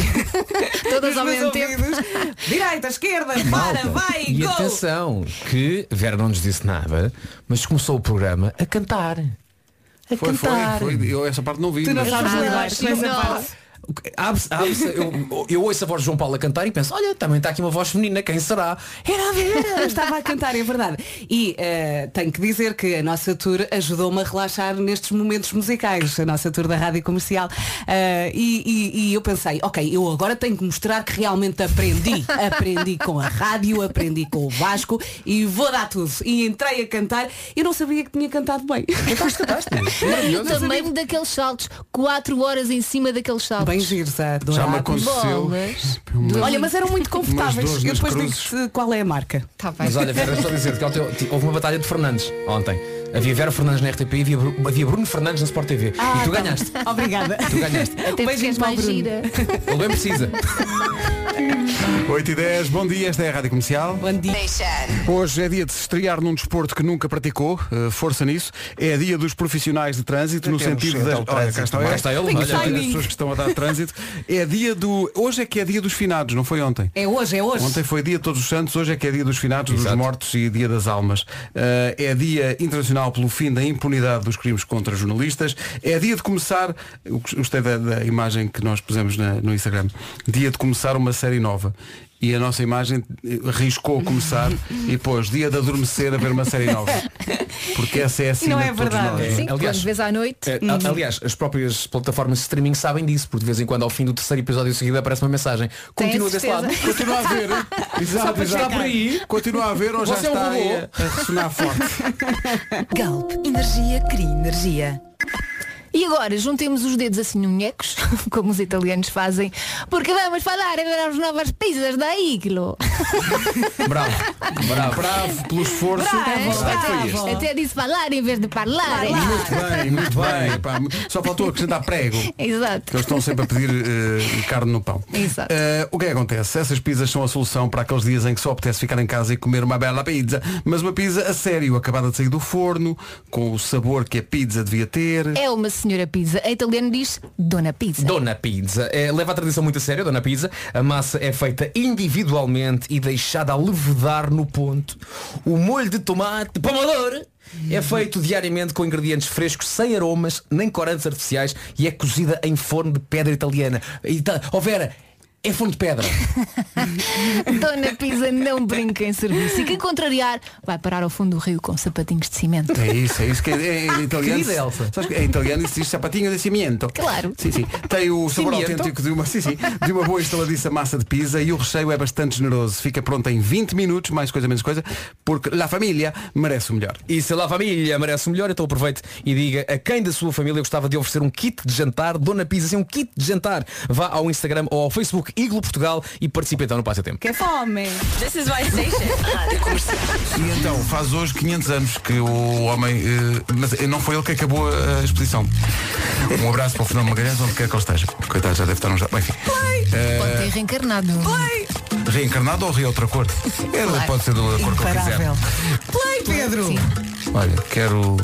[SPEAKER 4] Todas
[SPEAKER 1] Nos
[SPEAKER 4] ao
[SPEAKER 1] meus
[SPEAKER 4] mesmo tempo.
[SPEAKER 1] ouvidos. Direita, esquerda, para, vai,
[SPEAKER 6] E
[SPEAKER 1] gol.
[SPEAKER 6] atenção, que Vera não nos disse nada, mas começou o programa a cantar. A
[SPEAKER 2] Foi, foi,
[SPEAKER 6] cantar.
[SPEAKER 2] foi. Eu essa parte não vi.
[SPEAKER 1] Tu não
[SPEAKER 2] mas-
[SPEAKER 1] sabes
[SPEAKER 4] Ah,
[SPEAKER 1] lidar com essa
[SPEAKER 4] não.
[SPEAKER 1] parte.
[SPEAKER 6] Abre-se- abre-se- eu, eu ouço a voz de João Paulo a cantar e penso, olha, também está aqui uma voz feminina, quem será? Era a Vera.
[SPEAKER 1] Eu (laughs) Estava a cantar, é verdade. E eh, tenho que dizer que a nossa tour ajudou-me a relaxar nestes momentos musicais, a nossa tour da rádio comercial. Eh, e, e- e eu pensei, ok, eu agora tenho que mostrar que realmente aprendi. aprendi com a rádio, aprendi com o Vasco e vou dar tudo. E entrei a cantar, eu não sabia que tinha cantado bem. (laughs)
[SPEAKER 4] Também daqueles saltos. Quatro horas em cima daqueles saltos.
[SPEAKER 1] bem giros, adorado.
[SPEAKER 2] Já me aconteceu.
[SPEAKER 4] Bolas.
[SPEAKER 1] Olha, mas eram muito
[SPEAKER 2] Umas
[SPEAKER 1] confortáveis.
[SPEAKER 2] dores
[SPEAKER 1] Eu
[SPEAKER 2] nas
[SPEAKER 1] depois
[SPEAKER 2] cruzes.
[SPEAKER 1] digo-te qual é a marca.
[SPEAKER 4] Tá bem.
[SPEAKER 6] Mas olha, Vera, estou a (laughs) dizer que é ontem houve uma batalha de Fernandes ontem. Havia Vera Fernandes na RTP e havia, Bru- havia Bruno Fernandes na Sport TV.
[SPEAKER 1] Ah,
[SPEAKER 6] e tu
[SPEAKER 1] tá.
[SPEAKER 6] ganhaste.
[SPEAKER 1] Obrigada.
[SPEAKER 6] Tu ganhaste.
[SPEAKER 4] Até porque
[SPEAKER 1] Beijinho
[SPEAKER 4] és
[SPEAKER 1] para o
[SPEAKER 4] mais
[SPEAKER 1] Bruno.
[SPEAKER 4] gira.
[SPEAKER 6] Ele bem precisa.
[SPEAKER 2] 8 e 10, bom dia, esta é a Rádio Comercial.
[SPEAKER 1] Bom dia.
[SPEAKER 2] Hoje é dia de se estrear num desporto que nunca praticou, eh, força nisso. É dia dos profissionais de trânsito, no
[SPEAKER 3] Temos
[SPEAKER 2] sentido das.
[SPEAKER 3] então
[SPEAKER 2] Olha, cá
[SPEAKER 3] trânsito,
[SPEAKER 2] está,
[SPEAKER 3] não é?
[SPEAKER 2] ele.
[SPEAKER 6] Cá está ele,
[SPEAKER 2] no
[SPEAKER 6] olha.
[SPEAKER 2] sentido das
[SPEAKER 1] Timing.
[SPEAKER 2] pessoas que estão a dar trânsito. É dia do. Hoje é que é dia dos finados, não foi ontem?
[SPEAKER 1] É hoje, é hoje.
[SPEAKER 2] Ontem foi dia de todos os santos, hoje é que é dia dos finados, dos
[SPEAKER 6] Exato.
[SPEAKER 2] mortos e dia das almas. Uh, é dia internacional pelo fim da impunidade dos crimes contra jornalistas. É dia de começar, eu gostei da, da imagem que nós pusemos na- no Instagram, dia de começar uma série nova. E a nossa imagem eh, arriscou
[SPEAKER 6] (laughs)
[SPEAKER 2] começar e pôs dia de adormecer a ver uma série
[SPEAKER 4] (laughs)
[SPEAKER 2] nova. Porque essa é assim
[SPEAKER 1] Não
[SPEAKER 2] de
[SPEAKER 1] é
[SPEAKER 2] todos
[SPEAKER 1] verdade.
[SPEAKER 2] nós, eh, não é?
[SPEAKER 4] Sim,
[SPEAKER 6] aliás-
[SPEAKER 4] quando vês à noite. hum.
[SPEAKER 6] É, a- Aliás, as próprias plataformas de streaming sabem disso, porque de vez em quando ao fim do terceiro episódio em seguida aparece uma mensagem.
[SPEAKER 4] Tenho
[SPEAKER 6] Continua desse
[SPEAKER 4] certeza.
[SPEAKER 6] lado.
[SPEAKER 2] Continua a ver. hein?
[SPEAKER 6] Só
[SPEAKER 2] Exato,
[SPEAKER 6] para chegar
[SPEAKER 2] exato.
[SPEAKER 6] por aí.
[SPEAKER 2] Continua a ver ou já
[SPEAKER 6] Você é um
[SPEAKER 2] está aí
[SPEAKER 6] robô.
[SPEAKER 2] a, a ressonar forte.
[SPEAKER 8] Galp, energia cria energia.
[SPEAKER 4] E agora, juntemos os dedos assim unhecos, (laughs) como os italianos fazem, porque vamos falar agora as novas pizzas da Iglo.
[SPEAKER 6] Bravo. Bravo.
[SPEAKER 2] Bravo pelo esforço.
[SPEAKER 6] Ah, é
[SPEAKER 4] Até disse falar em vez de falar.
[SPEAKER 2] Bem, muito bem. pá. Só faltou acrescentar prego. Que
[SPEAKER 4] Exato.
[SPEAKER 2] eles estão sempre a pedir eh, carne no pão.
[SPEAKER 4] Exato.
[SPEAKER 2] Eh, o que é que acontece? Essas pizzas são a solução para aqueles dias em que só apetece ficar em casa e comer uma bela pizza. Mas uma pizza a sério, acabada de sair do forno, com o sabor que a pizza devia ter.
[SPEAKER 4] É uma senhora pizza. Em italiano diz Dona Pizza.
[SPEAKER 6] Dona Pizza. É, leva a tradição muito a sério, Dona Pizza. A massa é feita individualmente e deixada a levedar no ponto. O molho de tomate pomodoro é feito diariamente com ingredientes frescos, sem aromas, nem corantes artificiais e é cozida em forno de pedra italiana. Ita oh Vera, é forno de pedra.
[SPEAKER 4] Dona Pizza não brinca em serviço. E quem contrariar vai parar ao fundo do rio com sapatinhos de cimento.
[SPEAKER 2] É isso, é isso que é, é em italiano.
[SPEAKER 6] Querida Elsa.
[SPEAKER 2] Sabes que em italiano isso diz sapatinho de cimento.
[SPEAKER 4] Claro.
[SPEAKER 2] Sim, sim. Tem o sabor
[SPEAKER 6] Cimento?
[SPEAKER 2] autêntico de uma, sim, sim, de uma boa estaladiça massa de pizza e o recheio é bastante generoso. Fica pronto em 20 minutos, mais coisa menos coisa, porque la família merece o melhor.
[SPEAKER 6] E se lá a família merece o melhor, então aproveite e diga a quem da sua família gostava de oferecer um kit de jantar, Dona Pizza, assim, um kit de jantar. Vá ao Instagram ou ao Facebook Iglo Portugal e participe então no Passatempo.
[SPEAKER 1] Que fome.
[SPEAKER 8] This is my station. Rádio comercial.
[SPEAKER 2] E então, faz hoje 500 anos que o homem. eh, mas não foi ele que acabou a a exposição. Um abraço para o Fernando Magalhães, onde quer que ele esteja. Coitado, já deve estar no. já- bom, Enfim. Eh,
[SPEAKER 4] Pode ter reencarnado.
[SPEAKER 2] Reencarnado ou re outra cor? Ele pode ser da cor que ele quiser.
[SPEAKER 1] Imparável. Play, Pedro.
[SPEAKER 4] Sim.
[SPEAKER 2] Olha, quero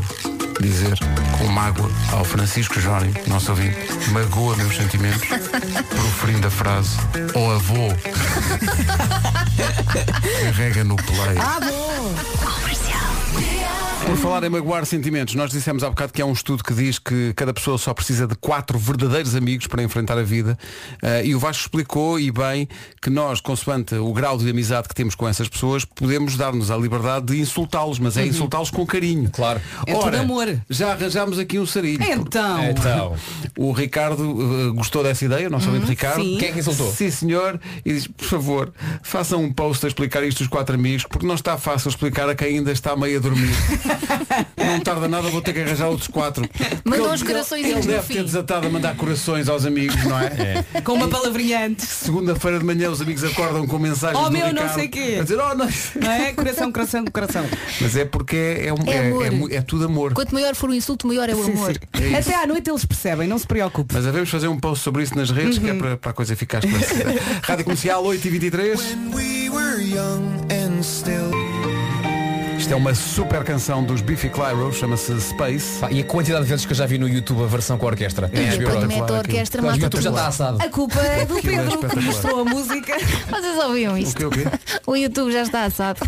[SPEAKER 2] dizer com mágoa ao Francisco Jório, nosso ouvinte, magoa meus sentimentos, proferindo a frase, o avô (laughs) carrega no play. Ah, bom! Por falar em magoar sentimentos, nós dissemos há bocado que há um estudo que diz que cada pessoa só precisa de quatro verdadeiros amigos para enfrentar a vida eh, e o Vasco explicou e bem que nós, consoante o grau de amizade que temos com essas pessoas, podemos dar-nos a liberdade de insultá-los, mas é insultá-los com carinho.
[SPEAKER 6] Claro.
[SPEAKER 1] É tudo amor.
[SPEAKER 2] Já arranjámos aqui um sarilho.
[SPEAKER 1] Então.
[SPEAKER 2] O Ricardo eh, gostou dessa ideia, o nosso amigo Ricardo.
[SPEAKER 1] sim.
[SPEAKER 6] Quem é que insultou?
[SPEAKER 2] Sim, senhor. E diz, por favor, façam um post a explicar isto aos quatro amigos, porque não está fácil explicar a quem ainda está meio a dormir. não tarda nada, vou ter que arranjar outros
[SPEAKER 1] (laughs)
[SPEAKER 2] quatro.
[SPEAKER 4] Mandou
[SPEAKER 2] Porque
[SPEAKER 4] os
[SPEAKER 2] ele-
[SPEAKER 4] coraçõezinhos
[SPEAKER 2] Ele
[SPEAKER 4] no
[SPEAKER 2] deve ter
[SPEAKER 4] fim.
[SPEAKER 2] desatado a mandar corações aos amigos, não é?
[SPEAKER 1] Com uma palavrinha antes.
[SPEAKER 2] Segunda-feira de manhã os amigos acordam com mensagens
[SPEAKER 1] Oh,
[SPEAKER 2] do
[SPEAKER 1] meu, não
[SPEAKER 2] Ricardo
[SPEAKER 1] sei quê.
[SPEAKER 2] A dizer, oh, não...
[SPEAKER 1] Não
[SPEAKER 2] (laughs)
[SPEAKER 1] é? Coração, coração, coração.
[SPEAKER 2] Mas é porque é, um-
[SPEAKER 4] É
[SPEAKER 2] é-
[SPEAKER 4] amor.
[SPEAKER 2] é mu- é tudo amor.
[SPEAKER 4] Quanto maior for o insulto, maior é o amor.
[SPEAKER 1] Até à noite eles percebem, não se preocupe.
[SPEAKER 2] Mas devemos fazer um post sobre isso nas redes,
[SPEAKER 1] Uhum.
[SPEAKER 2] que é para, para a coisa
[SPEAKER 1] (laughs)
[SPEAKER 2] ficar esclarecida. Rádio Comercial 8h23. Isto é uma super canção dos Biffy Clyro, chama-se Space.
[SPEAKER 6] Pá, e a quantidade de vezes que eu já vi no YouTube a versão com a orquestra.
[SPEAKER 4] E
[SPEAKER 6] É,
[SPEAKER 4] depois
[SPEAKER 2] espetacular
[SPEAKER 4] mete a
[SPEAKER 2] aquilo.
[SPEAKER 4] orquestra,
[SPEAKER 6] o
[SPEAKER 4] mata
[SPEAKER 6] YouTube já
[SPEAKER 4] tudo.
[SPEAKER 6] está assado.
[SPEAKER 1] A culpa é
[SPEAKER 6] (laughs)
[SPEAKER 1] do
[SPEAKER 2] Aquilo é
[SPEAKER 1] Pedro que
[SPEAKER 2] espetacular.
[SPEAKER 1] mostrou a música.
[SPEAKER 4] Vocês ouviam
[SPEAKER 2] O
[SPEAKER 4] isto?
[SPEAKER 2] quê, o quê?
[SPEAKER 4] (laughs) O YouTube já está assado.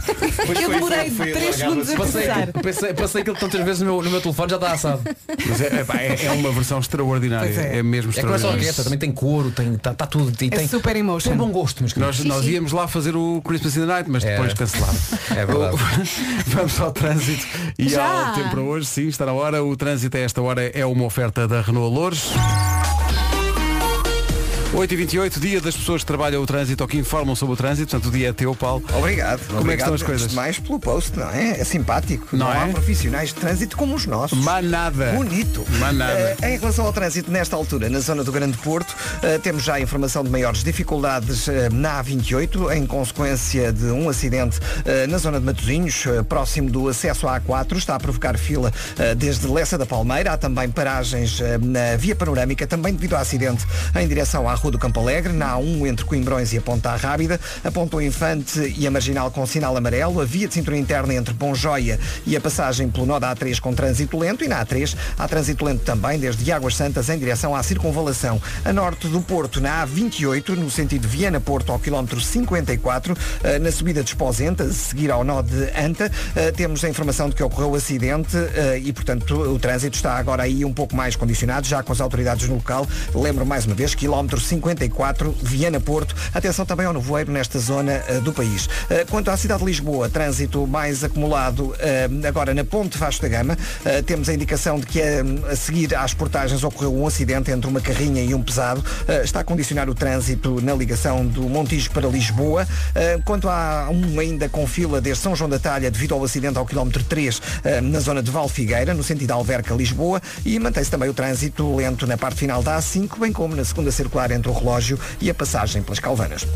[SPEAKER 1] Eu demorei 3 segundos a
[SPEAKER 6] Passei,
[SPEAKER 1] pensar.
[SPEAKER 6] passei, passei aquilo tantas vezes no meu, no meu telefone, já está assado.
[SPEAKER 2] Mas é, é pá, é- é uma versão extraordinária.
[SPEAKER 1] Pois
[SPEAKER 2] É.
[SPEAKER 1] é.
[SPEAKER 2] mesmo
[SPEAKER 6] É que não é só
[SPEAKER 2] extraordinária.
[SPEAKER 6] orquestra, também tem couro, tem, tá, tá tudo. e
[SPEAKER 1] É
[SPEAKER 6] tem,
[SPEAKER 1] super emotion.
[SPEAKER 6] Tem bom gosto, mas
[SPEAKER 2] Nós, nós íamos lá fazer o Christmas in the Night, mas
[SPEAKER 6] Era.
[SPEAKER 2] depois cancelado.
[SPEAKER 6] É verdade.
[SPEAKER 2] (laughs) Vamos ao trânsito e
[SPEAKER 1] Já?
[SPEAKER 2] ao tempo para hoje, sim, está na hora. O trânsito a esta hora é uma oferta da Renault Loures. 8h28, dia das pessoas que trabalham o trânsito ou que informam sobre o trânsito, portanto o dia é teu, Paulo.
[SPEAKER 3] Obrigado.
[SPEAKER 2] é que
[SPEAKER 3] obrigado.
[SPEAKER 2] estão as coisas?
[SPEAKER 3] Mais pelo post, não é? É simpático.
[SPEAKER 2] Não
[SPEAKER 3] há
[SPEAKER 2] é?
[SPEAKER 3] profissionais de trânsito como os nossos.
[SPEAKER 2] Manada.
[SPEAKER 3] Bonito.
[SPEAKER 2] Manada.
[SPEAKER 3] Eh, em relação ao trânsito, nesta altura, na zona do Grande Porto, eh, temos já informação de maiores dificuldades eh, na A28, em consequência de um acidente eh, na zona de Matosinhos, eh, próximo do acesso à A4. Está a provocar fila eh, desde Lessa da Palmeira. Há também paragens eh, na Via Panorâmica, também devido a acidente em direção à Rua do Campo Alegre, na A1 entre Coimbrões e a Ponta Rábida, a Ponta ao Infante e a Marginal com sinal amarelo, a via de cintura interna entre Bonjoia e a passagem pelo Nó da A3 com trânsito lento e na A3 há trânsito lento também desde Águas Santas em direção à circunvalação a norte do Porto, na A28, no sentido Viena-Porto ao quilómetro 54, eh, na subida de Esposenta, a seguir ao nó de Anta, eh, temos a informação de que ocorreu o acidente eh, e, portanto, o trânsito está agora aí um pouco mais condicionado, já com as autoridades no local. Lembro mais uma vez, quilómetro 54, Viena-Porto. Atenção também ao nevoeiro nesta zona eh, do país. Eh, Quanto à cidade de Lisboa, trânsito mais acumulado eh, agora na Ponte Vasco da Gama. Eh, Temos a indicação de que eh, a seguir às portagens ocorreu um acidente entre uma carrinha e um pesado. Eh, Está a condicionar o trânsito na ligação do Montijo para Lisboa. Eh, Quanto a um ainda com fila desde São João da Talha devido ao acidente ao quilómetro 3 eh, na zona de Valfigueira, no sentido Alverca-Lisboa. E mantém-se também o trânsito lento na parte final da A5, bem como na segunda circular entre o relógio e a passagem pelas Calvanas.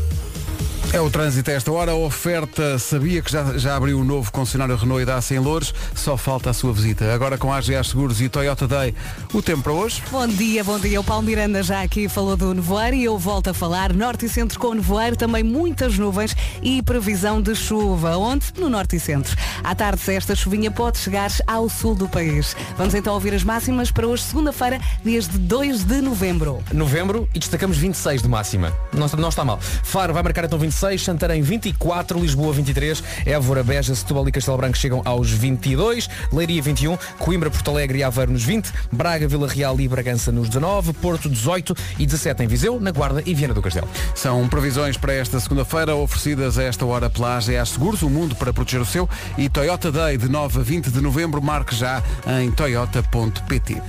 [SPEAKER 2] É o trânsito a esta hora. A oferta sabia que já, já abriu o novo concessionário Renault e dá sem Loures. Só falta a sua visita. Agora com a AGA Seguros e Toyota Day, o tempo para hoje.
[SPEAKER 1] Bom dia, bom dia. O Paulo Miranda já aqui falou do nevoeiro e eu volto a falar. Norte e centro com nevoeiro, também muitas nuvens e previsão de chuva. Onde? No norte e centro. À tarde, esta chuvinha pode chegar ao sul do país. Vamos então ouvir as máximas para hoje, segunda-feira, dias de 2 de novembro.
[SPEAKER 6] Novembro e destacamos 26 de máxima. Não, está- não está mal. Faro vai marcar então 26, Santarém 24, Lisboa 23, Évora, Beja, Setúbal e Castelo Branco chegam aos 22, Leiria 21, Coimbra, Porto Alegre e Aveiro nos 20, Braga, Vila Real e Bragança nos 19, Porto 18 e 17 em Viseu, na Guarda e Viana do Castelo.
[SPEAKER 2] São previsões para esta segunda-feira, oferecidas a esta hora pela AGA Seguros, o mundo para proteger o seu. E Toyota Day, de 9 a 20 de novembro, marque já em toyota.pt.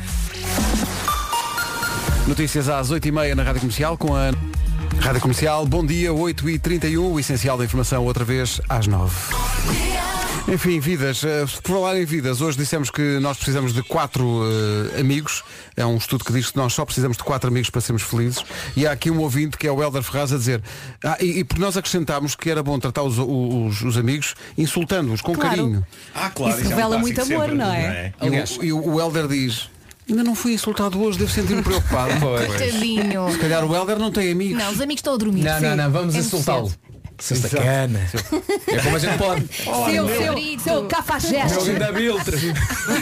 [SPEAKER 2] Notícias às 8h30 na Rádio Comercial com a... Rádio Comercial, bom dia, 8h31, o essencial da informação outra vez às 9 Enfim, vidas, eh, por falar em vidas, hoje dissemos que nós precisamos de quatro eh, amigos. É um estudo que diz que nós só precisamos de quatro amigos para sermos felizes. E há aqui um ouvinte que é o Helder Ferraz a dizer, ah, e, e por nós acrescentámos que era bom tratar os, os- os amigos insultando-os com
[SPEAKER 1] Claro.
[SPEAKER 2] carinho.
[SPEAKER 10] Ah, claro,
[SPEAKER 1] Isso
[SPEAKER 10] é um
[SPEAKER 1] revela
[SPEAKER 10] clássico
[SPEAKER 1] muito amor,
[SPEAKER 10] sempre,
[SPEAKER 1] não é?
[SPEAKER 2] E um o, e o Helder diz, ainda não fui insultado hoje, devo sentir-me
[SPEAKER 6] (laughs)
[SPEAKER 2] preocupado.
[SPEAKER 4] Coitadinho.
[SPEAKER 2] Se calhar o Helder não tem amigos.
[SPEAKER 4] Não, os amigos estão a dormir.
[SPEAKER 6] Não, não, não, vamos
[SPEAKER 4] É
[SPEAKER 6] insultá-lo. Seu sacana. É como a
[SPEAKER 2] (laughs)
[SPEAKER 6] gente pode.
[SPEAKER 1] seu, seu,
[SPEAKER 4] Brito.
[SPEAKER 1] seu cafajeste.
[SPEAKER 10] Não,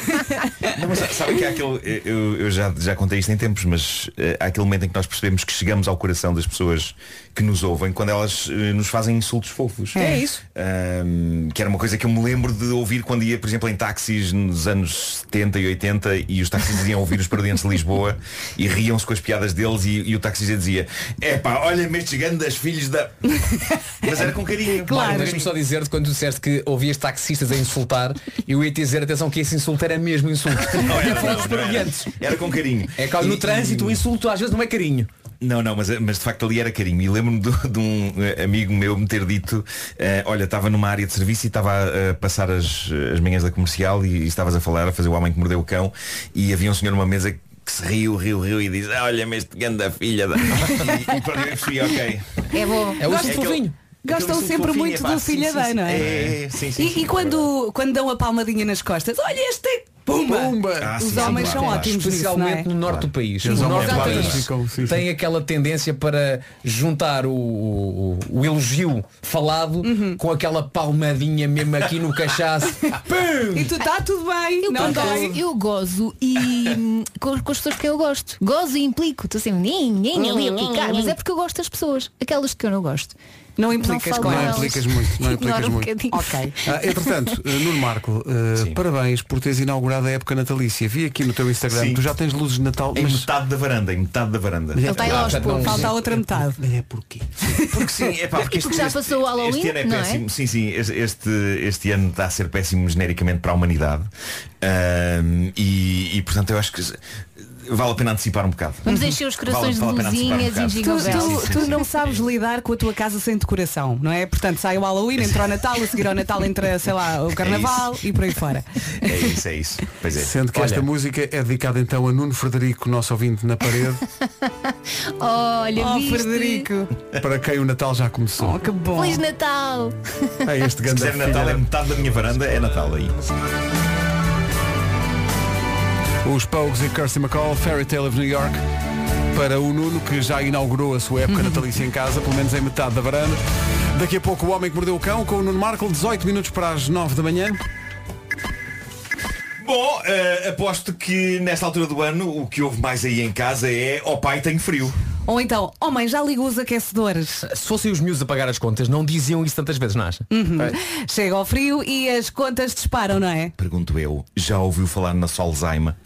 [SPEAKER 10] Então, mas sa- sabe que há aquele. eu- Eu, eu já, já contei isto em tempos, mas eh, há aquele momento em que nós percebemos que chegamos ao coração das pessoas que nos ouvem quando elas eh, nos fazem insultos fofos.
[SPEAKER 1] É isso.
[SPEAKER 10] Ahm, que era uma coisa que eu me lembro de ouvir quando ia, por exemplo, em táxis nos anos 70 e 80 e os táxis iam ouvir os perdentes de Lisboa e riam-se com as piadas deles e, e o taxista dizia Epá, olha-me estes das filhos da... Mas era com carinho.
[SPEAKER 6] Mário, deixa-me só dizer-te quando tu disseste que ouvias taxistas a insultar, eu ia te dizer, atenção, que esse insulto era mesmo insulto.
[SPEAKER 10] Não,
[SPEAKER 6] é
[SPEAKER 10] era,
[SPEAKER 6] falar dos
[SPEAKER 10] não, não era.
[SPEAKER 6] parodiantes.
[SPEAKER 10] Era com carinho.
[SPEAKER 6] É que no
[SPEAKER 10] E-
[SPEAKER 6] trânsito o insulto às vezes não é carinho.
[SPEAKER 10] Não, não, mas, mas de facto ali era carinho. E lembro-me do- de um eh, amigo meu me ter dito, eh, olha, estava numa área de serviço e estava a, a passar as, as manhãs da comercial e, e estavas a falar, a fazer o homem que mordeu o cão e havia um senhor numa mesa que se riu, riu, riu e diz, "Ah, olha-me este ganda filha da...
[SPEAKER 6] (laughs)
[SPEAKER 10] e, e para eu percebi, ok.
[SPEAKER 4] É bom.
[SPEAKER 6] É o
[SPEAKER 10] É
[SPEAKER 6] insulto
[SPEAKER 10] aquele-
[SPEAKER 6] fofinho.
[SPEAKER 1] Gostam
[SPEAKER 10] aquele insulto
[SPEAKER 1] sempre
[SPEAKER 10] fofinho,
[SPEAKER 1] muito
[SPEAKER 10] epá,
[SPEAKER 1] do
[SPEAKER 10] sim,
[SPEAKER 1] filha
[SPEAKER 10] sim,
[SPEAKER 1] da,
[SPEAKER 10] sim.
[SPEAKER 1] não é?
[SPEAKER 10] É, é, sim, sim,
[SPEAKER 1] E,
[SPEAKER 10] sim,
[SPEAKER 1] e quando, quando dão a palmadinha nas costas, olha este, é-" pumba!
[SPEAKER 10] Ah,
[SPEAKER 1] Os
[SPEAKER 10] sim,
[SPEAKER 1] homens
[SPEAKER 10] sim,
[SPEAKER 1] são
[SPEAKER 10] claro.
[SPEAKER 1] ótimos nisso, não
[SPEAKER 6] Especialmente
[SPEAKER 1] é?
[SPEAKER 6] no norte do país.
[SPEAKER 2] Eles
[SPEAKER 6] o
[SPEAKER 2] são
[SPEAKER 6] norte do
[SPEAKER 10] claro,
[SPEAKER 6] país
[SPEAKER 10] eles
[SPEAKER 2] ficam, sim,
[SPEAKER 6] tem aquela tendência para juntar o, o- o elogio falado
[SPEAKER 1] Uhum.
[SPEAKER 6] com aquela palmadinha mesmo aqui no
[SPEAKER 1] (laughs)
[SPEAKER 6] cachaço. Pum!
[SPEAKER 1] E tu está tudo bem,
[SPEAKER 4] Eu,
[SPEAKER 1] não
[SPEAKER 4] por acaso,
[SPEAKER 1] dói.
[SPEAKER 4] eu gozo e hum, com, com as pessoas que eu gosto. Gozo e implico. Estou sempre nem, nem ali a picar. Mas é porque eu gosto das pessoas. Aquelas que eu não gosto.
[SPEAKER 1] Não implicas
[SPEAKER 4] falo
[SPEAKER 1] com
[SPEAKER 2] não
[SPEAKER 1] elas.
[SPEAKER 2] implicas muito,
[SPEAKER 4] (laughs)
[SPEAKER 2] não implicas
[SPEAKER 4] Ignoro um
[SPEAKER 2] muito.
[SPEAKER 4] bocadinho.
[SPEAKER 1] Ok.
[SPEAKER 2] Ah,
[SPEAKER 4] (laughs)
[SPEAKER 2] entretanto, eh, Nuno Marco, eh,
[SPEAKER 10] Sim.
[SPEAKER 2] parabéns por teres inaugurado a época natalícia. Vi aqui no teu Instagram,
[SPEAKER 10] Sim.
[SPEAKER 2] tu já tens luzes de Natal,
[SPEAKER 10] Em
[SPEAKER 2] mas
[SPEAKER 10] metade da varanda, em metade da varanda.
[SPEAKER 4] Ele está aí lá aos
[SPEAKER 6] Claro,
[SPEAKER 4] poucos.
[SPEAKER 1] Falta a outra metade.
[SPEAKER 2] Olha, porquê?
[SPEAKER 10] É, Porque sim, é
[SPEAKER 1] (laughs)
[SPEAKER 10] pá, porque
[SPEAKER 4] E porque
[SPEAKER 10] este,
[SPEAKER 4] já
[SPEAKER 10] este-
[SPEAKER 4] passou o Halloween,
[SPEAKER 10] este ano é
[SPEAKER 4] não é?
[SPEAKER 10] péssimo. Sim, sim, este, este, este ano está a ser péssimo genericamente para a humanidade. Ahm, e, e, portanto eu acho que vale a pena antecipar um bocado.
[SPEAKER 4] Vamos encher os corações
[SPEAKER 10] Vale-
[SPEAKER 4] de
[SPEAKER 10] vale a pena
[SPEAKER 4] luzinhas e
[SPEAKER 10] antecipar um
[SPEAKER 4] jingle
[SPEAKER 1] Tu,
[SPEAKER 10] bocado.
[SPEAKER 4] bells.
[SPEAKER 1] tu-
[SPEAKER 10] Sim, sim,
[SPEAKER 1] tu
[SPEAKER 10] sim.
[SPEAKER 1] não sabes lidar com a tua casa sem decoração, não é? Portanto, sai o Halloween, entra o Natal, a seguir ao Natal entra, sei lá,
[SPEAKER 10] (laughs)
[SPEAKER 1] o Carnaval e por aí fora.
[SPEAKER 10] É isso, é isso. Pois é.
[SPEAKER 2] Sendo que
[SPEAKER 10] Olha,
[SPEAKER 2] esta música é dedicada então a Nuno Frederico, nosso ouvinte na
[SPEAKER 6] (laughs)
[SPEAKER 2] parede,
[SPEAKER 4] Olha,
[SPEAKER 1] Oh,
[SPEAKER 4] viste?
[SPEAKER 1] Frederico!
[SPEAKER 2] para quem o Natal já começou.
[SPEAKER 1] Oh, que bom!
[SPEAKER 4] Feliz Natal! (laughs)
[SPEAKER 2] É este
[SPEAKER 10] Se
[SPEAKER 2] grande
[SPEAKER 10] quiser Natal é metade da minha varanda, é Natal aí.
[SPEAKER 2] Os Pogues e Kirsty McCall, Fairy Tale of New York. para o Nuno, que já inaugurou a sua época natalícia em casa, pelo menos em metade da varanda. Daqui a pouco o Homem que Mordeu o Cão com o Nuno Marco, 18 minutos para as 9 da manhã.
[SPEAKER 10] Bom, eh, aposto que nesta altura do ano o que houve mais aí em casa é ó pai, tenho frio.
[SPEAKER 1] Ou então, oh mãe, já liga os
[SPEAKER 10] É
[SPEAKER 1] aquecedores.
[SPEAKER 6] Se fossem os miúdos a pagar as contas, não diziam isso tantas vezes, não acha?
[SPEAKER 1] Hum. Uhum.
[SPEAKER 4] Uhum.
[SPEAKER 2] É,
[SPEAKER 1] Chega ao frio e as contas disparam, não é?
[SPEAKER 10] Pergunto eu, já ouviu falar na Solzaima?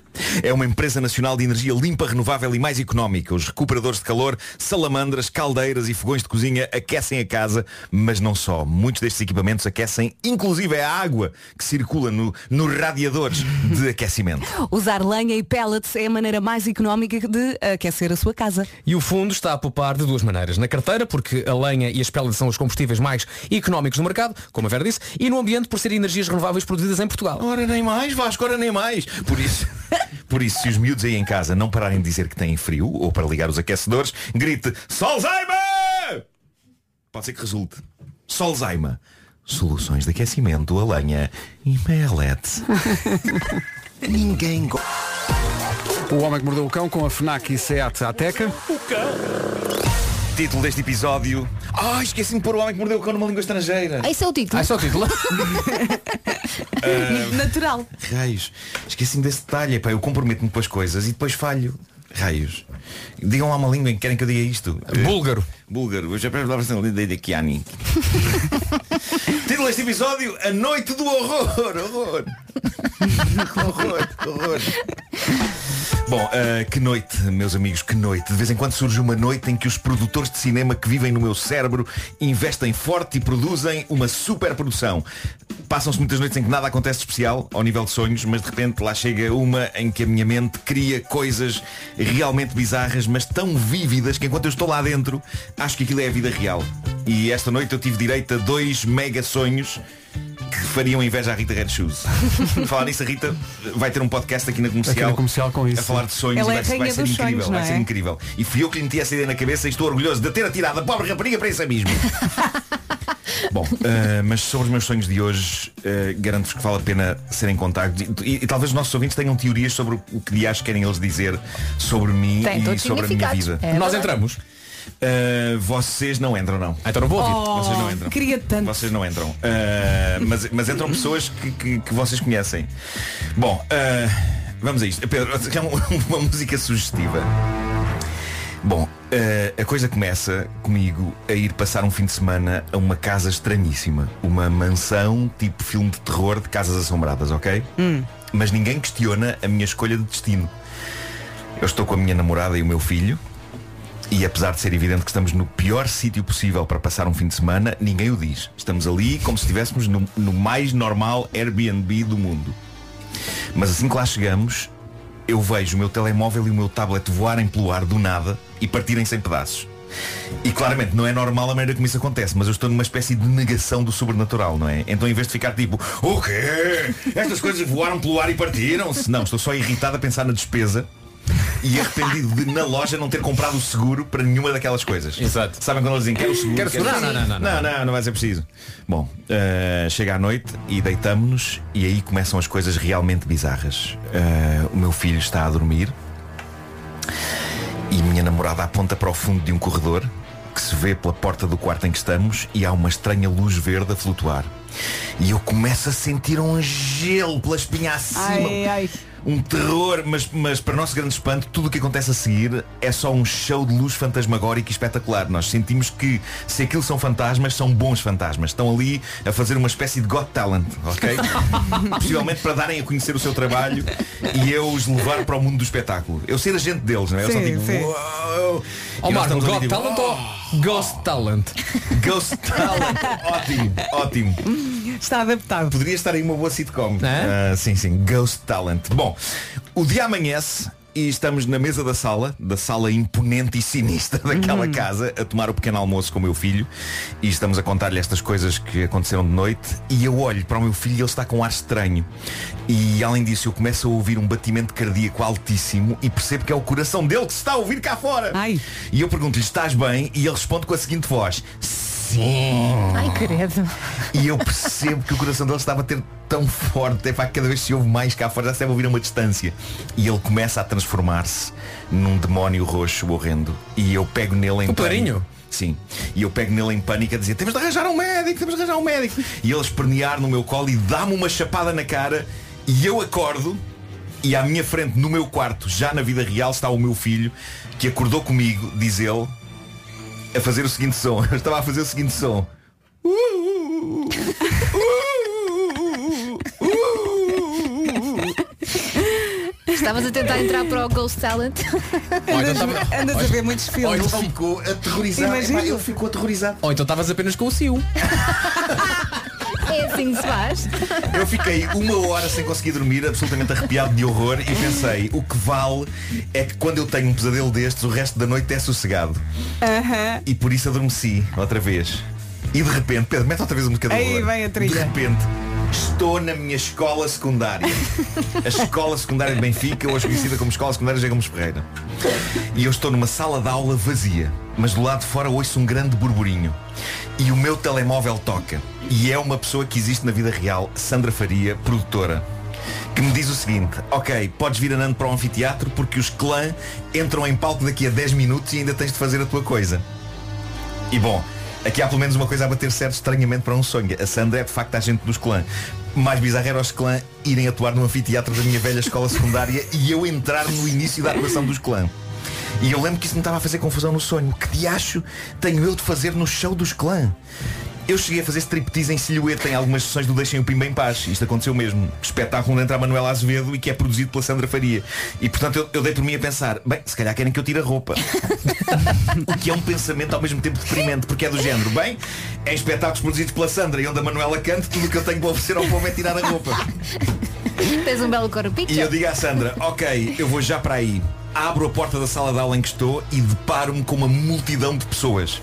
[SPEAKER 10] É uma empresa nacional de energia limpa, renovável e mais económica. Os recuperadores de calor, salamandras, caldeiras e fogões de cozinha aquecem a casa, mas não só. Muitos destes equipamentos aquecem, inclusive é a água que circula no- nos radiadores de aquecimento.
[SPEAKER 1] Usar lenha e pellets é a maneira mais económica de aquecer a sua casa.
[SPEAKER 6] E o fundo está a poupar de duas maneiras. Na carteira, porque a lenha e as pellets são os combustíveis mais económicos do mercado, como a Vera disse, e no ambiente por serem energias renováveis produzidas em Portugal.
[SPEAKER 10] Ora nem mais, Vasco, ora nem mais. Por isso, (laughs) por isso, se os miúdos aí em casa não pararem de dizer que têm frio, ou para ligar os aquecedores, grite Solzaima! Pode ser que resulte. Solzaima. Soluções de aquecimento, a lenha e pellet. Ninguém gosta.
[SPEAKER 2] O Homem que Mordeu o Cão com a FNAC e SEAT Ateca.
[SPEAKER 10] Título deste episódio. Ah, esqueci-me de pôr o homem que mordeu o cão numa língua estrangeira.
[SPEAKER 4] Ah, Esse é o título.
[SPEAKER 6] Ah, só o título.
[SPEAKER 1] Natural.
[SPEAKER 10] Ah, Raios. Esqueci-me desse detalhe. Epá, eu comprometo-me com as coisas e depois falho. Raios. Digam lá uma língua em que querem que eu diga isto.
[SPEAKER 6] Búlgaro.
[SPEAKER 10] Búlgaro, hoje aprendo a versão linda de Kiani. Título deste episódio, A Noite do Horror. Horror. horror, horror. Bom, ah, que noite, meus amigos, que noite. De vez em quando surge uma noite em que os produtores de cinema que vivem no meu cérebro investem forte e produzem uma superprodução. Passam-se muitas noites em que nada acontece de especial, ao nível de sonhos, mas de repente lá chega uma em que a minha mente cria coisas realmente bizarras, mas tão vívidas que enquanto eu estou lá dentro, acho que aquilo é a vida real. E esta noite eu tive direito a dois mega sonhos que fariam inveja à Rita Red Shoes. Falar nisso, a Rita vai ter um podcast aqui na comercial.
[SPEAKER 2] Aqui na Comercial com isso.
[SPEAKER 10] A falar de sonhos
[SPEAKER 1] Ela é
[SPEAKER 10] vai, ser- vai
[SPEAKER 1] rainha
[SPEAKER 10] ser
[SPEAKER 1] dos
[SPEAKER 10] incrível.
[SPEAKER 1] sonhos, não
[SPEAKER 10] vai ser
[SPEAKER 1] é?
[SPEAKER 10] incrível. E fui eu que lhe meti essa ideia na cabeça e estou orgulhoso de ter
[SPEAKER 6] (laughs)
[SPEAKER 10] atirado a pobre rapariga para esse abismo. Bom, eh, mas sobre os meus sonhos de hoje, eh, garanto-vos que vale a pena serem contactos. E, e- e talvez os nossos ouvintes tenham teorias sobre o- o que de acho querem eles dizer sobre mim
[SPEAKER 4] Tem
[SPEAKER 10] e
[SPEAKER 4] todos
[SPEAKER 10] sobre a minha
[SPEAKER 4] significados.
[SPEAKER 10] vida.
[SPEAKER 4] É
[SPEAKER 6] Nós
[SPEAKER 4] verdade.
[SPEAKER 6] entramos.
[SPEAKER 10] Eh, vocês não entram, não.
[SPEAKER 6] Ah, Então não vou ouvir.
[SPEAKER 10] Vocês não entram.
[SPEAKER 1] Oh, Queria tanto.
[SPEAKER 10] Vocês não entram. Ah, mas,
[SPEAKER 1] (laughs)
[SPEAKER 10] mas entram pessoas que, que- que vocês conhecem. Bom, ah, vamos a isto. Pedro, (laughs) já uma, uma música sugestiva. Bom, ah, a coisa começa comigo a ir passar um fim de semana a uma casa estranhíssima. Uma mansão tipo filme de terror de casas assombradas, ok? Mas ninguém questiona a minha escolha de destino. Eu estou com a minha namorada e o meu filho. E apesar de ser evidente que estamos no pior sítio possível para passar um fim de semana, ninguém o diz. Estamos ali como se estivéssemos no, no mais normal Airbnb do mundo. Mas assim que lá chegamos, eu vejo o meu telemóvel e o meu tablet voarem pelo ar do nada e partirem-se em pedaços. E claramente não é normal a maneira como isso acontece, mas eu estou numa espécie de negação do sobrenatural, não é? Então em vez de ficar tipo, o quê? Estas coisas voaram pelo ar e partiram-se? Não, estou só irritado a pensar na despesa e arrependido de na loja não ter comprado o seguro para nenhuma daquelas coisas.
[SPEAKER 6] Exato.
[SPEAKER 10] Sabem quando eles dizem quero o seguro?
[SPEAKER 6] Quero seguro. Não, não, não,
[SPEAKER 10] não,
[SPEAKER 6] não,
[SPEAKER 10] não, não vai ser preciso. Bom, eh, chega à noite e deitamos-nos e aí começam as coisas realmente bizarras. Eh, o meu filho está a dormir e minha namorada aponta para o fundo de um corredor que se vê pela porta do quarto em que estamos e há uma estranha luz verde a flutuar. E eu começo a sentir um gelo pela espinha acima. Um terror, mas, mas para nosso grande espanto, tudo o que acontece a seguir é só um show de luz fantasmagórica e espetacular. Nós sentimos que se aquilo são fantasmas, são bons fantasmas. Estão ali a fazer uma espécie de Got Talent, ok?
[SPEAKER 7] (laughs)
[SPEAKER 10] Possivelmente para darem a conhecer o seu trabalho e eu os levar para o mundo do espetáculo. Eu ser agente deles, não é? Eu sou
[SPEAKER 1] Sim,
[SPEAKER 10] tipo,
[SPEAKER 1] sim.
[SPEAKER 10] "Uou!" E
[SPEAKER 6] Ó
[SPEAKER 10] nós
[SPEAKER 6] Marco,
[SPEAKER 10] estamos ali
[SPEAKER 6] Got
[SPEAKER 10] tipo,
[SPEAKER 6] Talent
[SPEAKER 10] (laughs)
[SPEAKER 6] ou Ghost (laughs) Talent?
[SPEAKER 10] "Oh, Ghost Talent. ótimo, ótimo.
[SPEAKER 1] Está adaptado.
[SPEAKER 10] Poderia estar aí uma boa sitcom.
[SPEAKER 6] É?
[SPEAKER 10] Ah, sim, sim, Ghost Talent. Bom, o dia amanhece e estamos na mesa da sala, da sala imponente e sinistra (laughs) daquela
[SPEAKER 1] Uhum.
[SPEAKER 10] casa, a tomar o pequeno almoço com o meu filho e estamos a contar-lhe estas coisas que aconteceram de noite e eu olho para o meu filho e ele está com um ar estranho. E além disso eu começo a ouvir um batimento cardíaco altíssimo e percebo que é o coração dele que se está a ouvir cá fora.
[SPEAKER 1] Ai.
[SPEAKER 10] E eu pergunto-lhe, estás bem? E ele responde com a seguinte voz. Sim.
[SPEAKER 11] Ah.
[SPEAKER 4] Ai, credo.
[SPEAKER 10] E eu percebo que o coração dele está a bater tão forte, é para cada vez se ouve mais cá fora, já se deve ouvir a uma distância. E ele começa a transformar-se num demónio roxo horrendo. E eu pego nele em
[SPEAKER 6] O Clarinho?
[SPEAKER 10] Sim. E eu pego nele em pânico a dizer, temos de arranjar um médico, temos de arranjar um médico. E ele espernear no meu colo e dá-me uma chapada na cara e eu acordo e à minha frente, no meu quarto, já na vida real, está o meu filho, que acordou comigo, diz ele, a fazer o seguinte som. (laughs) Eu estava a fazer o seguinte som.
[SPEAKER 4] Estavas a tentar entrar para o Ghost Talent. (laughs)
[SPEAKER 6] Ou então
[SPEAKER 1] (laughs) Andas,
[SPEAKER 6] tava-
[SPEAKER 1] andas a ver muitos
[SPEAKER 6] Ou
[SPEAKER 1] filmes.
[SPEAKER 10] Ele
[SPEAKER 6] então-
[SPEAKER 10] ficou aterrorizado.
[SPEAKER 1] Imagina.
[SPEAKER 10] Epá, ele ficou aterrorizado.
[SPEAKER 6] ou então estavas apenas com o Sil.
[SPEAKER 4] É assim que se faz.
[SPEAKER 10] Eu fiquei uma hora sem conseguir dormir, absolutamente arrepiado de horror e pensei, o que vale é que quando eu tenho um pesadelo destes, o resto da noite é sossegado. E por isso adormeci outra vez. E de repente, Pedro, mete outra vez um bocadinho.
[SPEAKER 1] Aí vem a trilha.
[SPEAKER 10] De repente, estou na minha escola secundária. A escola secundária de Benfica, hoje conhecida como Escola Secundária de Gomes Ferreira. E eu estou numa sala de aula vazia, mas do lado de fora ouço um grande burburinho. E o meu telemóvel toca. E é uma pessoa que existe na vida real, Sandra Faria, produtora. Que me diz o seguinte, ok, podes vir andando para o anfiteatro porque os clã entram em palco daqui a 10 minutos e ainda tens de fazer a tua coisa. E bom, aqui há pelo menos uma coisa a bater certo estranhamente para um sonho. A Sandra é de facto a gente dos clã. Mais bizarro era os clã irem atuar no anfiteatro da minha velha escola secundária e eu entrar no início da atuação dos clã. E eu lembro que isso me estava a fazer confusão no sonho. Que diacho tenho eu de fazer no show dos clã? Eu cheguei a fazer striptease em silhueta em algumas sessões do Deixem o Pimba em Paz. Isto aconteceu mesmo. Espetáculo onde entra a Manuela Azevedo e que é produzido pela Sandra Faria. E portanto eu, eu dei por mim a pensar, bem, se calhar querem que eu tire a roupa. O que é um pensamento ao mesmo tempo deprimente, porque é do género. Bem, em espetáculos produzidos pela Sandra e onde a Manuela canta, tudo o que eu tenho para oferecer ao povo é tirar a roupa.
[SPEAKER 4] Tens um belo corpinho.
[SPEAKER 10] E eu digo à Sandra, ok, eu vou já para aí. Abro a porta da sala de aula em que estou e deparo-me com uma multidão de pessoas.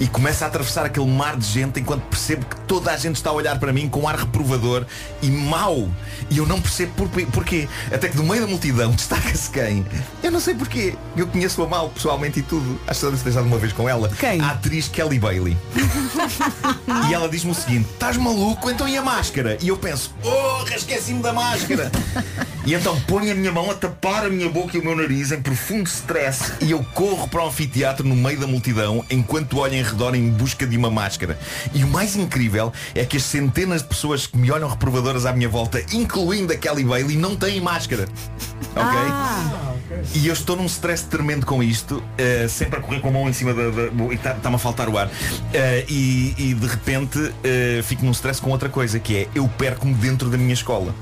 [SPEAKER 10] E começo a atravessar aquele mar de gente enquanto percebo que toda a gente está a olhar para mim com um ar reprovador e mau. E eu não percebo porquê. porquê. Até que do meio da multidão (laughs) destaca-se quem? Eu não sei porquê. Eu conheço-a mal pessoalmente e tudo. Acho que já deve ter estado uma vez com ela.
[SPEAKER 1] Quem?
[SPEAKER 10] A atriz Kelly Bailey. (laughs) E ela diz-me o seguinte, estás maluco? Então e a máscara? E eu penso, oh, esqueci-me da máscara. e então ponho a minha mão a tapar a minha boca e o meu nariz em profundo stress e eu corro para o anfiteatro no meio da multidão enquanto olho em redor em busca de uma máscara. E o mais incrível é que as centenas de pessoas que me olham reprovadoras à minha volta, incluindo a Kelly Bailey, não têm máscara. Ok?
[SPEAKER 7] Ah,
[SPEAKER 10] E eu estou num stress tremendo com isto, eh, sempre a correr com a mão em cima da. da- e está- está-me a faltar o ar. Eh, e, e de repente eh, fico num stress com outra coisa, que é eu perco-me dentro da minha escola.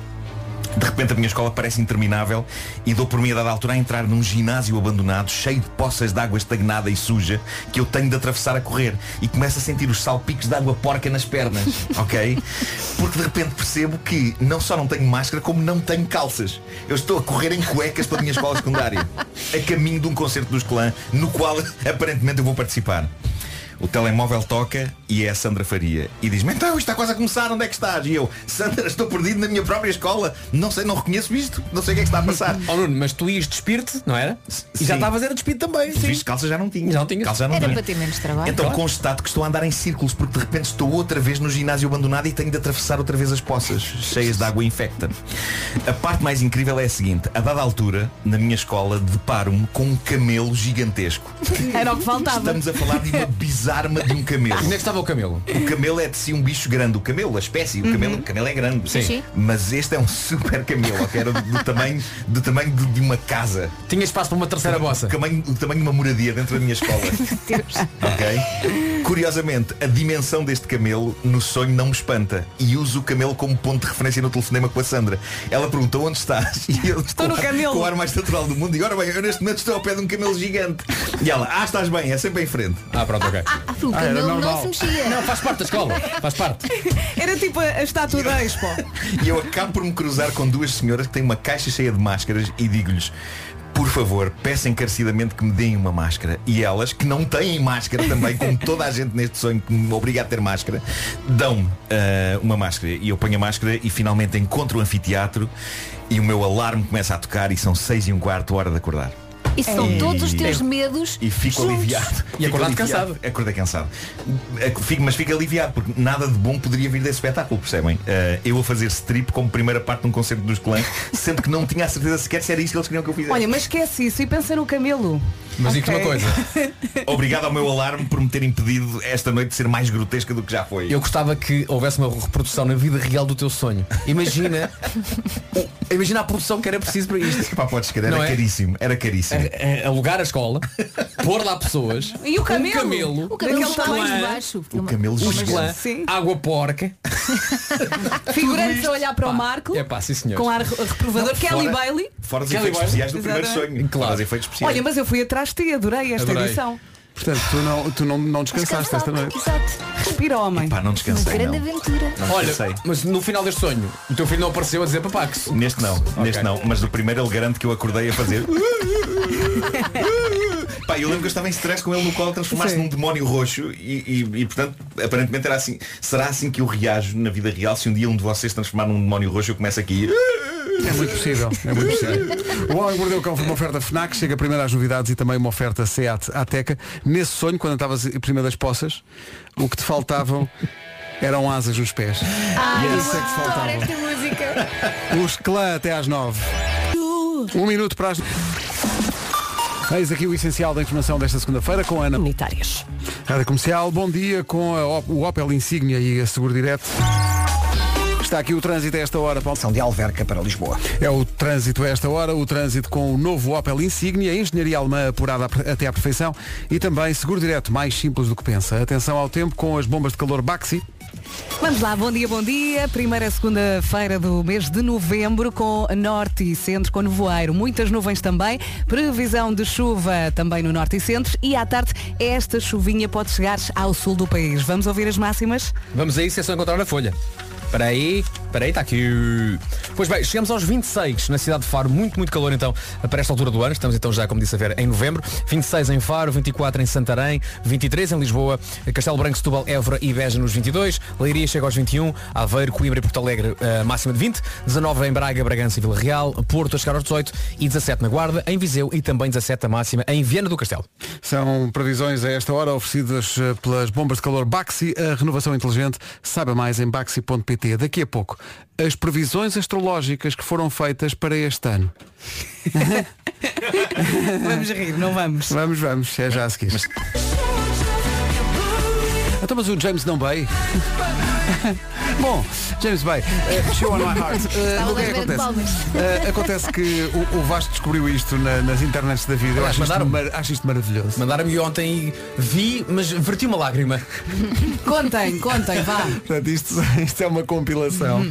[SPEAKER 10] De repente a minha escola parece interminável e dou por mim a dada altura a entrar num ginásio abandonado, cheio de poças de água estagnada e suja, que eu tenho de atravessar a correr e começo a sentir os salpicos de água porca nas pernas, ok? Porque de repente percebo que não só não tenho máscara, como não tenho calças. Eu estou a correr em cuecas pela minha escola secundária, a caminho de um concerto dos clã, no qual (laughs) aparentemente eu vou participar. O telemóvel toca e é a Sandra Faria. E diz-me, então isto está quase a começar, onde é que estás? E eu, Sandra, estou perdido na minha própria escola. Não sei, não reconheço isto, não sei o que é que está a passar.
[SPEAKER 6] Oh Nuno, mas tu ias despir-te, não era? E
[SPEAKER 10] Sim.
[SPEAKER 6] já estavas era despir também. sim.
[SPEAKER 10] Visto calça já não tinha.
[SPEAKER 6] Já não tinha.
[SPEAKER 10] Calça já não
[SPEAKER 4] Era
[SPEAKER 10] tinha.
[SPEAKER 4] para ter é? menos trabalho.
[SPEAKER 10] Então constato que estou a andar em círculos porque de repente estou outra vez no ginásio abandonado e tenho de atravessar outra vez as poças cheias de água infecta. A parte mais incrível é a seguinte. A dada altura, na minha escola, deparo-me com um camelo gigantesco.
[SPEAKER 1] Era o que faltava.
[SPEAKER 10] Estamos a falar de uma bizarma de um camelo.
[SPEAKER 6] Onde é que estava o camelo?
[SPEAKER 10] O camelo é de si um bicho grande. O camelo, a espécie, o camelo, o camelo é grande.
[SPEAKER 6] Sim.
[SPEAKER 4] Sim.
[SPEAKER 10] Mas este é um super camelo, que era do, do tamanho, do tamanho de, de uma casa.
[SPEAKER 6] Tinha espaço para uma terceira bossa.
[SPEAKER 10] Do tamanho, do tamanho de uma moradia dentro da minha escola.
[SPEAKER 6] (laughs)
[SPEAKER 10] ok? Curiosamente, a dimensão deste camelo no sonho não me espanta. E uso o camelo como ponto de referência no telefonema com a Sandra. Ela perguntou onde estás. (laughs) E eu estou
[SPEAKER 1] no camelo.
[SPEAKER 10] Com o ar mais natural do mundo. E ora bem, eu neste momento estou ao pé de um camelo gigante. E ela, ah, estás bem, é sempre em frente.
[SPEAKER 6] Ah, pronto, ok.
[SPEAKER 4] Ah, o cabelo não se mexia.
[SPEAKER 6] Não, faz parte da escola. Faz parte.
[SPEAKER 1] Era tipo a a estátua da Expo.
[SPEAKER 10] E eu acabo por me cruzar com duas senhoras que têm uma caixa cheia de máscaras e digo-lhes por favor, peço encarecidamente que me deem uma máscara. E elas, que não têm máscara também, como toda a gente neste sonho que me obriga a ter máscara, dão-me ah, uma máscara. E eu ponho a máscara e finalmente encontro o anfiteatro e é o meu alarme começa a tocar e são seis e um quarto hora de acordar.
[SPEAKER 4] E são todos os teus medos
[SPEAKER 10] E fico
[SPEAKER 4] juntos.
[SPEAKER 10] aliviado.
[SPEAKER 6] E
[SPEAKER 10] Fico
[SPEAKER 6] acordaste
[SPEAKER 10] aliviado. Acordei cansado. Ac- Fico, mas fico aliviado, porque nada de bom poderia vir desse espetáculo, percebem? Eh, eu a fazer strip como primeira parte de um concerto dos clãs, sendo que não tinha a certeza sequer se era isso que eles queriam que eu fizesse.
[SPEAKER 1] Olha, mas esquece isso e pensa no camelo.
[SPEAKER 6] Mas digo-te uma
[SPEAKER 1] Ok.
[SPEAKER 6] coisa,
[SPEAKER 10] Obrigado ao meu alarme por me ter impedido esta noite de ser mais grotesca do que já foi.
[SPEAKER 6] eu gostava que houvesse uma reprodução na vida real do teu sonho. Imagina, (laughs) imagina a produção que era preciso para isto.
[SPEAKER 10] Epá, podes crer, era
[SPEAKER 6] Não é?
[SPEAKER 10] caríssimo, era caríssimo.
[SPEAKER 6] A- a- alugar a escola, pôr lá pessoas,
[SPEAKER 1] E o camelo?
[SPEAKER 6] um camelo,
[SPEAKER 4] O cabelo
[SPEAKER 1] Daquele
[SPEAKER 4] está mais
[SPEAKER 1] tamanho.
[SPEAKER 4] de baixo.
[SPEAKER 10] O camelo
[SPEAKER 6] um
[SPEAKER 10] gigante.
[SPEAKER 6] clã,
[SPEAKER 1] Sim.
[SPEAKER 6] água porca.
[SPEAKER 1] (laughs) Figurantes a olhar para o Marco
[SPEAKER 6] É pá, sim senhor.
[SPEAKER 1] com ar re- reprovador. Kelly
[SPEAKER 10] fora-
[SPEAKER 1] Bailey.
[SPEAKER 10] Fora dos efeitos
[SPEAKER 6] Kelly Wilde.
[SPEAKER 10] especiais do primeiro
[SPEAKER 1] Exatamente.
[SPEAKER 10] sonho.
[SPEAKER 6] Claro.
[SPEAKER 10] Claro. Fora dos efeitos especiais.
[SPEAKER 1] Olha, mas eu fui atrás de ti, adorei esta
[SPEAKER 6] Adorei.
[SPEAKER 1] edição.
[SPEAKER 2] Portanto, tu não, tu não, não descansaste esta noite.
[SPEAKER 4] Exato.
[SPEAKER 1] Respira, homem.
[SPEAKER 10] Pá, não
[SPEAKER 4] Uma
[SPEAKER 10] descansei.
[SPEAKER 4] grande
[SPEAKER 10] Não.
[SPEAKER 4] aventura.
[SPEAKER 10] Não
[SPEAKER 6] Olha,
[SPEAKER 10] descansei.
[SPEAKER 6] mas no final deste sonho, o teu filho não apareceu a dizer papá que
[SPEAKER 10] Neste não, neste não, mas do primeiro ele garante que eu acordei a fazer. Pá, eu lembro que eu estava em stress com ele no colo, transformasse
[SPEAKER 1] Sim.
[SPEAKER 10] num demónio roxo e, e- e, portanto aparentemente era assim, será assim que eu reajo na vida real se um dia um de vocês transformar num demónio roxo eu começo aqui.
[SPEAKER 2] É muito possível. É muito possível. O Homem que Mordeu o Cão foi uma oferta FNAC, chega primeiro às novidades e também uma oferta SEAT à Teca. Nesse sonho, quando estavas em cima das poças, o que te faltavam eram asas nos pés.
[SPEAKER 4] Ai,
[SPEAKER 2] Yes, é que faltava.
[SPEAKER 4] adoro esta música.
[SPEAKER 2] Os clã até às nove. Um minuto para as... Eis aqui o essencial da informação desta segunda-feira com a Ana
[SPEAKER 1] Comunitárias.
[SPEAKER 2] Rádio Comercial, bom dia com a Op- o Opel Insignia e a Seguro Direto. Está aqui o trânsito a esta hora, Paulo.
[SPEAKER 3] São de Alverca para Lisboa.
[SPEAKER 2] É o trânsito a esta hora, o trânsito com o novo Opel Insignia, engenharia alemã apurada a pre- até à perfeição e também seguro direto, mais simples do que pensa. Atenção ao tempo com as bombas de calor Baxi.
[SPEAKER 1] Vamos lá, bom dia, bom dia. Primeira segunda-feira do mês de novembro com Norte e Centro com nevoeiro. Muitas nuvens também. Previsão de chuva também no Norte e Centro. E à tarde, esta chuvinha pode chegar ao sul do país. Vamos ouvir as
[SPEAKER 4] (laughs)
[SPEAKER 1] máximas?
[SPEAKER 6] Vamos a isso, é só encontrar na folha. Espera aí, espera aí, está aqui. Pois bem, chegamos aos 26 na cidade de Faro, muito, muito calor então para esta altura do ano. Estamos então já, como disse a Vera, em novembro. 26 em Faro, 24 em Santarém, 23 em Lisboa, Castelo Branco, Setúbal, Évora e Beja nos 22, Leiria chega aos 21, Aveiro, Coimbra e Porto Alegre eh, máxima de 20, 19 em Braga, Bragança e Vila Real, Porto a chegar aos 18 e 17 na Guarda, em Viseu e também 17 a máxima em Viana do Castelo.
[SPEAKER 2] São previsões a esta hora oferecidas eh, pelas bombas de calor Baxi, a renovação inteligente. Saiba mais em baxi.pt. Daqui a pouco, as previsões astrológicas que foram feitas para este ano.
[SPEAKER 1] (laughs) Vamos rir, não vamos.
[SPEAKER 2] Vamos, vamos, é já a seguir. Então, mas o James não Bay. (laughs) Bom, James Bay, eh, show on my heart. Eh,
[SPEAKER 4] Estava
[SPEAKER 2] o que
[SPEAKER 4] à
[SPEAKER 2] é que
[SPEAKER 4] espera de palmas.
[SPEAKER 2] acontece? Eh, acontece que o, o Vasco descobriu isto na- nas internets da vida. Eu
[SPEAKER 6] Aliás,
[SPEAKER 2] acho isto,
[SPEAKER 6] mandaram-me.
[SPEAKER 2] mar- acho isto maravilhoso.
[SPEAKER 6] Mandaram-me ontem e vi, mas verti uma lágrima.
[SPEAKER 1] Contem, contem, vá.
[SPEAKER 2] Portanto, isto, (laughs) isto é uma compilação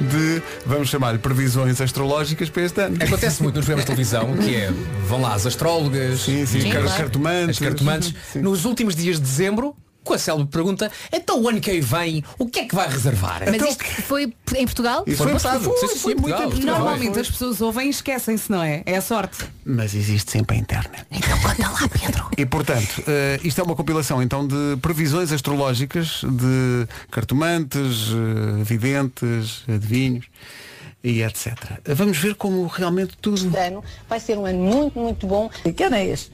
[SPEAKER 2] de, vamos chamar-lhe, previsões astrológicas para este ano.
[SPEAKER 6] Acontece muito nos programas de televisão, que é, vão lá as astrólogas,
[SPEAKER 2] Sim, sim,
[SPEAKER 4] Sim,
[SPEAKER 2] car-
[SPEAKER 4] claro.
[SPEAKER 2] cartomantes.
[SPEAKER 6] as cartomantes.
[SPEAKER 2] Sim.
[SPEAKER 6] Nos últimos dias de dezembro, com a Célebre pergunta, então o ano que aí vem, o que é que vai reservar?
[SPEAKER 4] Mas
[SPEAKER 1] Então,
[SPEAKER 4] isto foi em Portugal?
[SPEAKER 2] Isso
[SPEAKER 6] Foi
[SPEAKER 2] foi
[SPEAKER 6] passado.
[SPEAKER 2] passado.
[SPEAKER 6] Sim, sim, sim,
[SPEAKER 2] muito
[SPEAKER 6] Portugal.
[SPEAKER 2] em Portugal.
[SPEAKER 1] Normalmente as pessoas ouvem e esquecem-se, não é? É a sorte.
[SPEAKER 2] Mas existe sempre a internet.
[SPEAKER 4] Então conta lá, Pedro.
[SPEAKER 2] E portanto, eh, isto é uma compilação então de previsões astrológicas de cartomantes, eh, videntes, adivinhos e etc. Vamos ver como realmente tudo.
[SPEAKER 12] ano vai ser um ano muito, muito bom. Que ano é este?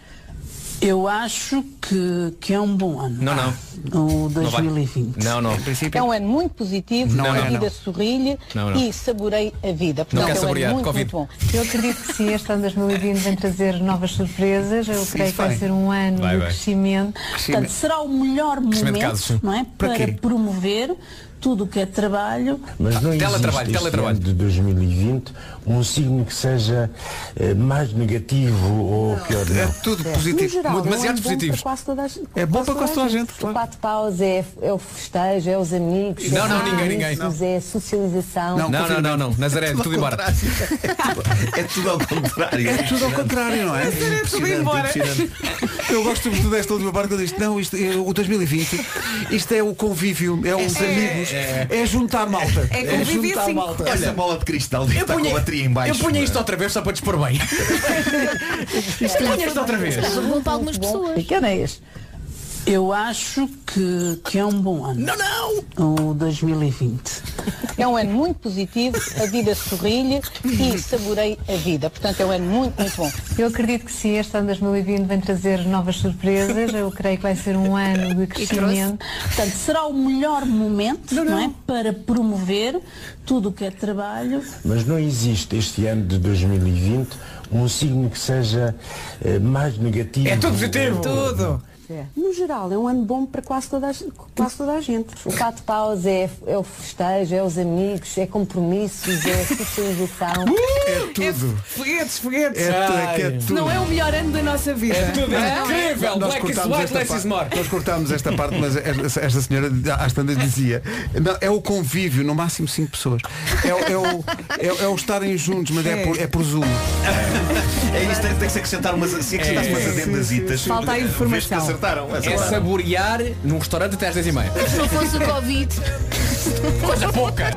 [SPEAKER 12] Eu acho que, que é um bom ano.
[SPEAKER 6] Não, não.
[SPEAKER 12] é O
[SPEAKER 6] Não vai.
[SPEAKER 12] 2020.
[SPEAKER 6] Não, não.
[SPEAKER 2] Em princípio,
[SPEAKER 12] É um ano muito positivo,
[SPEAKER 2] Não
[SPEAKER 12] a
[SPEAKER 2] é,
[SPEAKER 12] vida
[SPEAKER 2] não.
[SPEAKER 12] sorrilhe
[SPEAKER 6] Não, não.
[SPEAKER 12] e saborei a vida. Portanto, é
[SPEAKER 6] quero
[SPEAKER 12] um ano
[SPEAKER 6] saborear,
[SPEAKER 12] muito,
[SPEAKER 6] Covid.
[SPEAKER 12] muito bom.
[SPEAKER 13] Eu acredito que sim, este ano 2020 vem trazer novas surpresas. Eu
[SPEAKER 2] Sim,
[SPEAKER 13] creio que vai
[SPEAKER 2] vai.
[SPEAKER 13] ser um ano
[SPEAKER 6] Vai,
[SPEAKER 13] de
[SPEAKER 6] vai.
[SPEAKER 13] crescimento.
[SPEAKER 12] Portanto, será o melhor
[SPEAKER 6] Crescimento
[SPEAKER 12] momento
[SPEAKER 6] de casos, sim.
[SPEAKER 12] não é,
[SPEAKER 2] Para
[SPEAKER 12] para,
[SPEAKER 2] quê?
[SPEAKER 12] promover tudo o que é trabalho.
[SPEAKER 14] Mas não
[SPEAKER 6] Teletrabalho,
[SPEAKER 14] existe este
[SPEAKER 6] teletrabalho.
[SPEAKER 14] ano de 2020 um signo que seja eh, mais negativo ou pior
[SPEAKER 2] é
[SPEAKER 14] não.
[SPEAKER 2] tudo
[SPEAKER 13] No
[SPEAKER 2] positivo.
[SPEAKER 13] geral,
[SPEAKER 6] demasiados
[SPEAKER 13] é um ano bom
[SPEAKER 6] positivos.
[SPEAKER 13] para quase toda a gente.
[SPEAKER 2] É bom para quase toda a gente, claro.
[SPEAKER 13] O quatro paus é, é o festejo, é os amigos,
[SPEAKER 6] Não,
[SPEAKER 13] é
[SPEAKER 6] não,
[SPEAKER 13] os
[SPEAKER 6] ninguém, ninguém.
[SPEAKER 13] amigos, É a socialização.
[SPEAKER 2] Não,
[SPEAKER 6] Não, não,
[SPEAKER 2] confirma.
[SPEAKER 6] não, não. Nazaré, tudo, embora.
[SPEAKER 10] É tudo ao contrário.
[SPEAKER 2] É tudo ao contrário, não é? Eu gosto muito desta última parte quando disse, não, isto é o 2020, isto é o convívio, é os amigos, é, juntar malta.
[SPEAKER 1] É convívio
[SPEAKER 2] juntar
[SPEAKER 1] assim.
[SPEAKER 2] malta.
[SPEAKER 10] Essa bola de cristal diz que está com a tria em baixo.
[SPEAKER 6] eu
[SPEAKER 2] é?
[SPEAKER 6] punha isto outra vez só para dispor bem.
[SPEAKER 4] Se calhar
[SPEAKER 2] é
[SPEAKER 6] Punha isto outra vez.
[SPEAKER 4] foi bom para algumas pessoas.
[SPEAKER 12] Que ano é este? Eu acho que, que é um bom ano. Não, não! O 2020.
[SPEAKER 15] É um ano muito positivo, a vida sorrilha e saborei a vida. Portanto, é um ano muito, muito bom.
[SPEAKER 13] Eu acredito que sim, este ano 2020 vem trazer novas surpresas. Eu creio que vai ser um ano de crescimento.
[SPEAKER 12] Portanto, será o melhor momento não, é, para promover tudo o que é trabalho.
[SPEAKER 14] Mas não existe este ano de 2020 um signo que seja eh, mais negativo.
[SPEAKER 7] É tudo positivo.
[SPEAKER 14] Tudo.
[SPEAKER 16] No geral, é um ano bom para quase toda a, gen- quase toda a gente.
[SPEAKER 13] O Pato Paus é, é o festejo, é os amigos, é compromissos, é a socialização.
[SPEAKER 2] É tudo.
[SPEAKER 1] Foguetes, foguetes.
[SPEAKER 2] É tu- é que é
[SPEAKER 1] Ai.
[SPEAKER 2] tudo.
[SPEAKER 1] Não é o melhor ano da nossa vida.
[SPEAKER 2] É tudo, é
[SPEAKER 1] Não?
[SPEAKER 2] incrível. Nós Black is cortámos white, esta less is parte. more. Nós cortámos esta parte, mas esta, esta senhora às tantas dizia, "Não, é o convívio, no máximo cinco pessoas. É, o- é o, é, é o estarem juntos, mas é por, é por Zoom.
[SPEAKER 10] É isto, tem que se acrescentar umas, se
[SPEAKER 2] É,
[SPEAKER 10] acrescentar umas adendasitas.
[SPEAKER 1] Falta a informação.
[SPEAKER 10] Vês que acertaram, essa
[SPEAKER 6] É
[SPEAKER 10] hora.
[SPEAKER 6] saborear num restaurante até às 10 e meia.
[SPEAKER 4] Se não fosse o Covid. Coisa pouca.